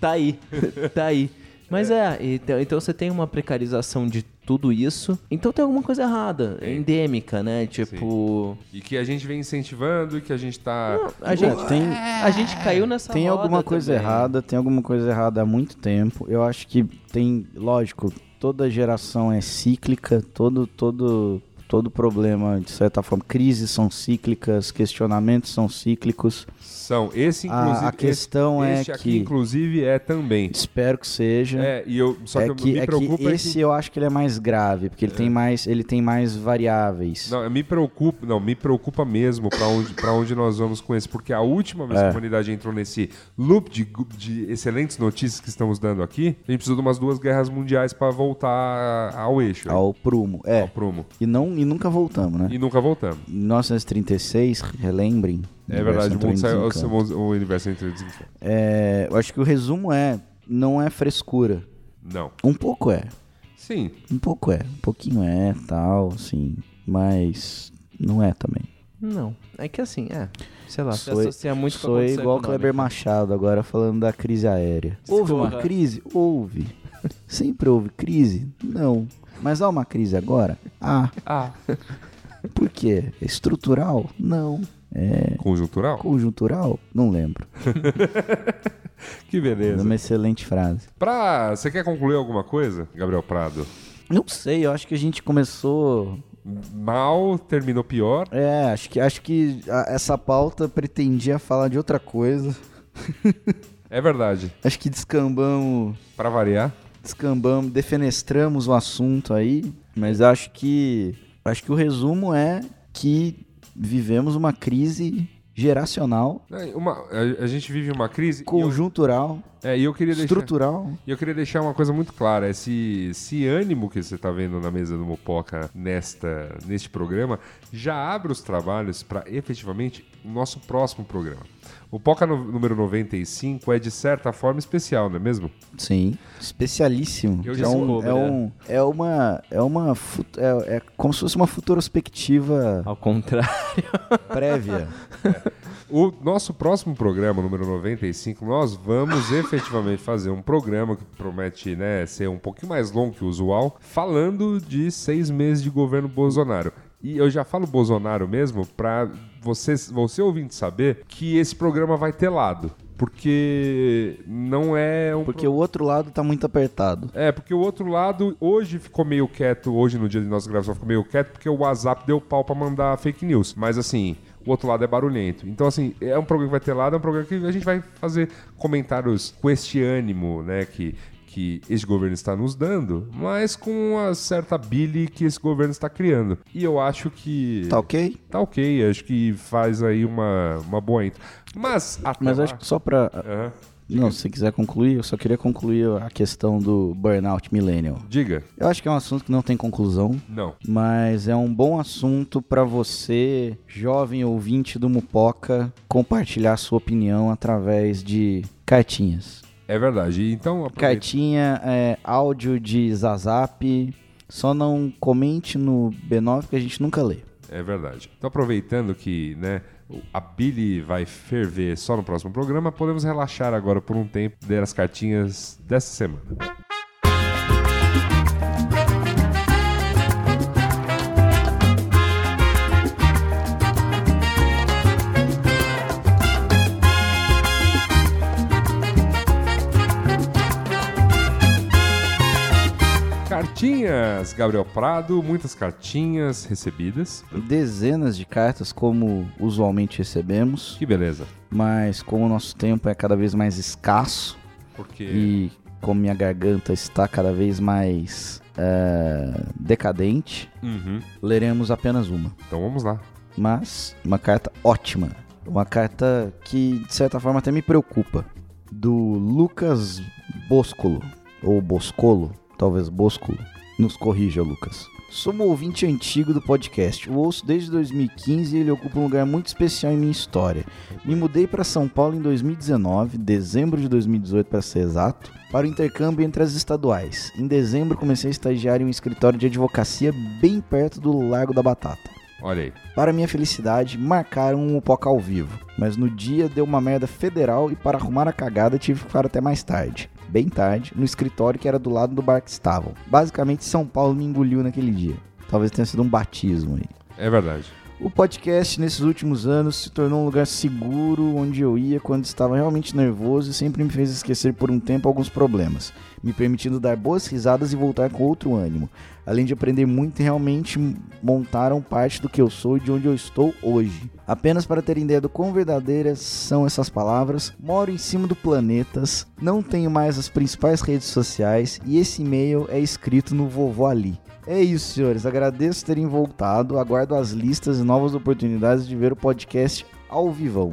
Speaker 5: Tá aí, tá aí. Mas é, então, então você tem uma precarização de tudo isso. Então tem alguma coisa errada, endêmica, né? Tipo.
Speaker 3: e que a gente vem incentivando e que a gente tá.
Speaker 5: A gente,
Speaker 2: Ah, Tem-
Speaker 5: a gente caiu nessa
Speaker 2: Tem
Speaker 5: roda
Speaker 2: alguma coisa
Speaker 5: É, também.
Speaker 2: errada, tem alguma coisa errada há muito tempo. Eu acho que tem, lógico, toda geração é cíclica, todo todo todo problema de certa forma, crises são cíclicas, questionamentos são cíclicos.
Speaker 3: São. Esse,
Speaker 2: A-
Speaker 3: inclusive.
Speaker 2: a questão
Speaker 3: esse,
Speaker 2: é
Speaker 3: este aqui,
Speaker 2: que-
Speaker 3: inclusive, é também.
Speaker 2: Espero que seja.
Speaker 3: É, e eu. Só
Speaker 2: É
Speaker 3: que, eu-
Speaker 2: que,
Speaker 3: me
Speaker 2: é
Speaker 3: preocupa.
Speaker 2: que
Speaker 3: é que-
Speaker 2: esse eu acho que ele é mais grave, porque ele tem mais ele tem mais variáveis.
Speaker 3: Não, me preocupa, não, me preocupa mesmo pra onde, pra onde nós vamos com isso, porque a última vez
Speaker 2: É.
Speaker 3: que a humanidade entrou nesse loop de, gu- de excelentes notícias que estamos dando aqui, a gente precisa de umas duas guerras mundiais pra voltar ao eixo,
Speaker 2: Ao prumo,
Speaker 3: ao
Speaker 2: é.
Speaker 3: prumo.
Speaker 2: E não e nunca voltamos, né?
Speaker 3: E nunca voltamos.
Speaker 2: Em 1936, relembrem.
Speaker 3: É
Speaker 2: o
Speaker 3: verdade, o
Speaker 2: universo entrou
Speaker 3: mundo
Speaker 2: em
Speaker 3: saiu, o,
Speaker 2: desencanto.
Speaker 3: o universo entrou em desencanto.
Speaker 2: É, eu acho que o resumo é não é frescura.
Speaker 3: Não.
Speaker 2: Um pouco é.
Speaker 3: Sim,
Speaker 2: Um pouco é, um pouquinho é, tal, assim, mas não é também.
Speaker 5: Não. É que assim, é. Sei lá,
Speaker 2: Sou-
Speaker 5: se associa muito com a
Speaker 2: Sou
Speaker 5: condição
Speaker 2: igual
Speaker 5: econômica.
Speaker 2: Kleber Machado agora falando da crise aérea. Houve uma
Speaker 5: Desculpa.
Speaker 2: crise? Houve. Sempre houve crise? Não. Mas há uma crise agora? Ah.
Speaker 3: Ah.
Speaker 2: Por quê? É Estrutural? Não. É.
Speaker 3: conjuntural.
Speaker 2: Conjuntural? Não lembro.
Speaker 3: Que
Speaker 2: É
Speaker 3: beleza.
Speaker 2: uma excelente frase.
Speaker 3: Pra, você quer concluir alguma coisa, Gabriel Prado?
Speaker 2: Não sei, eu acho que a gente começou
Speaker 3: Mal, terminou pior.
Speaker 2: É, acho que, acho que a- essa pauta pretendia falar de outra coisa.
Speaker 3: É verdade.
Speaker 2: Acho que descambamos,
Speaker 3: Pra variar.
Speaker 2: descambamos, defenestramos o assunto aí, mas acho que acho que o resumo é que vivemos uma crise geracional,
Speaker 3: É, uma- a, a gente vive uma crise. e eu-
Speaker 2: conjuntural,
Speaker 3: É, e eu queria deixar.
Speaker 2: estrutural.
Speaker 3: E eu queria deixar uma coisa muito clara: esse, esse ânimo que você está vendo na mesa do Mopoca nesta, neste programa já abre os trabalhos para efetivamente no nosso próximo programa. O Poca no- número 95 é de certa forma especial, não é mesmo?
Speaker 2: Sim. Especialíssimo.
Speaker 3: Eu
Speaker 2: Que
Speaker 3: já
Speaker 2: é,
Speaker 3: sou
Speaker 2: um,
Speaker 5: bobo,
Speaker 2: é,
Speaker 5: né?
Speaker 2: um- é uma. É uma. fut- É, é como se fosse uma futurospectiva
Speaker 5: Ao contrário.
Speaker 2: prévia.
Speaker 3: O nosso próximo programa, número 95, nós vamos efetivamente fazer um programa que promete né, ser um pouquinho mais longo que o usual, falando de seis meses de governo Bolsonaro. E eu já falo Bolsonaro mesmo para você, você ouvinte saber que esse programa vai ter lado. Porque não é um
Speaker 2: Porque o outro lado tá muito apertado.
Speaker 3: é, porque o outro lado hoje ficou meio quieto, hoje no dia de nossa gravação ficou meio quieto porque o WhatsApp deu pau pra mandar fake news. Mas assim, o outro lado é barulhento. Então assim, é um programa que vai ter lado, é um programa que a gente vai fazer comentários com este ânimo, né, que que este governo está nos dando, mas com uma certa bile que esse governo está criando. E eu acho que
Speaker 2: Tá ok?
Speaker 3: tá ok, acho que faz aí uma, uma boa intro. Mas até
Speaker 2: Mas
Speaker 3: lá-
Speaker 2: acho que só pra.
Speaker 3: Aham.
Speaker 2: Não, se você quiser concluir, eu só queria concluir a questão do burnout millennial.
Speaker 3: diga,
Speaker 2: Eu acho que é um assunto que não tem conclusão.
Speaker 3: não.
Speaker 2: Mas é um bom assunto pra você, jovem ouvinte do Mupoca, compartilhar sua opinião através de cartinhas.
Speaker 3: É verdade. Então aproveita-
Speaker 2: Cartinha, é, áudio de Zazap. Só não comente no B9 que a gente nunca lê.
Speaker 3: É verdade. Então, aproveitando que né, o- a Billy vai ferver só no próximo programa, podemos relaxar agora por um tempo ler as cartinhas dessa semana. Cartinhas, Gabriel Prado, muitas cartinhas recebidas.
Speaker 2: Dezenas de cartas, como usualmente recebemos,
Speaker 3: Que beleza.
Speaker 2: mas como o nosso tempo é cada vez mais escasso
Speaker 3: Porque.
Speaker 2: e como minha garganta está cada vez mais é, decadente,
Speaker 3: Uhum.
Speaker 2: leremos apenas uma.
Speaker 3: Então vamos lá.
Speaker 2: mas uma carta ótima. Uma carta que, de certa forma, até me preocupa. Do Lucas Boscolo, ou Boscolo, talvez Boscolo. Nos corrija, Lucas. Sou um ouvinte antigo do podcast. O ouço desde 2015 e ele ocupa um lugar muito especial em minha história. Me mudei para São Paulo em 2019, dezembro de 2018 para ser exato, para o intercâmbio entre as estaduais. Em dezembro comecei a estagiar em um escritório de advocacia bem perto do Largo da Batata.
Speaker 3: Olha aí.
Speaker 2: Para minha felicidade, marcaram um Mupoca ao vivo, mas no dia deu uma merda federal e para arrumar a cagada tive que ficar até mais tarde. Bem tarde, no escritório que era do lado do bar que estavam. Basicamente, São Paulo me engoliu naquele dia. Talvez tenha sido um batismo aí.
Speaker 3: É verdade.
Speaker 2: O podcast, nesses últimos anos, se tornou um lugar seguro onde eu ia quando estava realmente nervoso e sempre me fez esquecer por um tempo alguns problemas, me permitindo dar boas risadas e voltar com outro ânimo. Além de aprender muito, realmente montaram parte do que eu sou e de onde eu estou hoje. Apenas para terem ideia do quão verdadeiras são essas palavras, moro em cima do planetas, não tenho mais as principais redes sociais e esse e-mail é escrito no vovô Ali. É isso, senhores. Agradeço terem voltado. Aguardo as listas e novas oportunidades de ver o podcast ao vivão.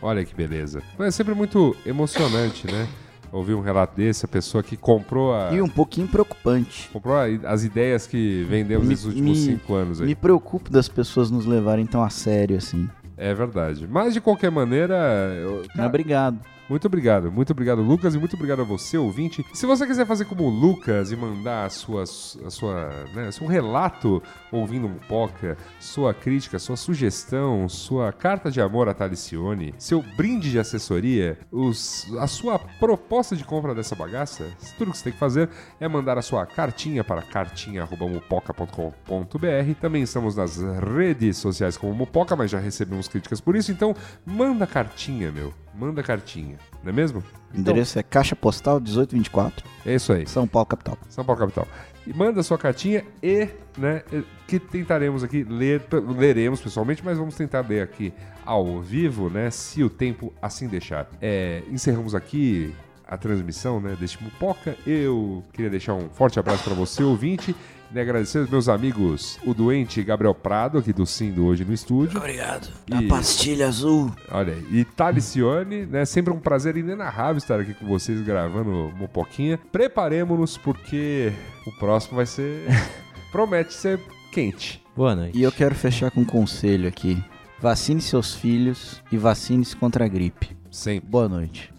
Speaker 3: Olha que beleza. É sempre muito emocionante, né? Ouvir um relato desse, a pessoa que comprou a.
Speaker 2: E um pouquinho preocupante.
Speaker 3: Comprou a- as ideias que vendemos
Speaker 2: Me-
Speaker 3: nesses últimos
Speaker 2: me-
Speaker 3: cinco anos aí.
Speaker 2: Me preocupo das pessoas nos levarem tão a sério assim.
Speaker 3: É verdade. Mas de qualquer maneira, eu-
Speaker 2: Mas Obrigado.
Speaker 3: Muito obrigado, muito obrigado, Lucas, e muito obrigado a você, ouvinte. Se você quiser fazer como o Lucas e mandar a sua, a sua, né, seu relato ouvindo um poca, sua crítica, sua sugestão, sua carta de amor a Talicione, seu brinde de assessoria, os- a sua proposta de compra dessa bagaça, tudo que você tem que fazer é mandar a sua cartinha para cartinha.mupoca.com.br. Também estamos nas redes sociais como Mupoca, mas já recebemos críticas por isso, então manda cartinha, meu manda cartinha, não é mesmo?
Speaker 2: O endereço é Caixa Postal 1824,
Speaker 3: É isso aí,
Speaker 2: São Paulo, capital.
Speaker 3: São Paulo capital. E manda sua cartinha e, né, que tentaremos aqui ler, leremos pessoalmente, mas vamos tentar ler aqui ao vivo, né, se o tempo assim deixar. É, encerramos aqui a transmissão, né, deste Mupoca. Eu queria deixar um forte abraço para você, ouvinte, e agradecer aos meus amigos, o doente Gabriel Prado, aqui do Sindo hoje no estúdio.
Speaker 2: Obrigado. Tá
Speaker 3: Da E-
Speaker 2: pastilha azul.
Speaker 3: Olha, aí, e Talicione, né? Sempre um prazer inenarrável estar aqui com vocês gravando um pouquinho. Preparemos-nos porque o próximo vai ser. promete ser quente.
Speaker 5: Boa noite.
Speaker 2: E eu quero fechar com um conselho aqui. Vacine seus filhos e vacine-se contra a gripe.
Speaker 3: Sempre.
Speaker 2: Boa noite.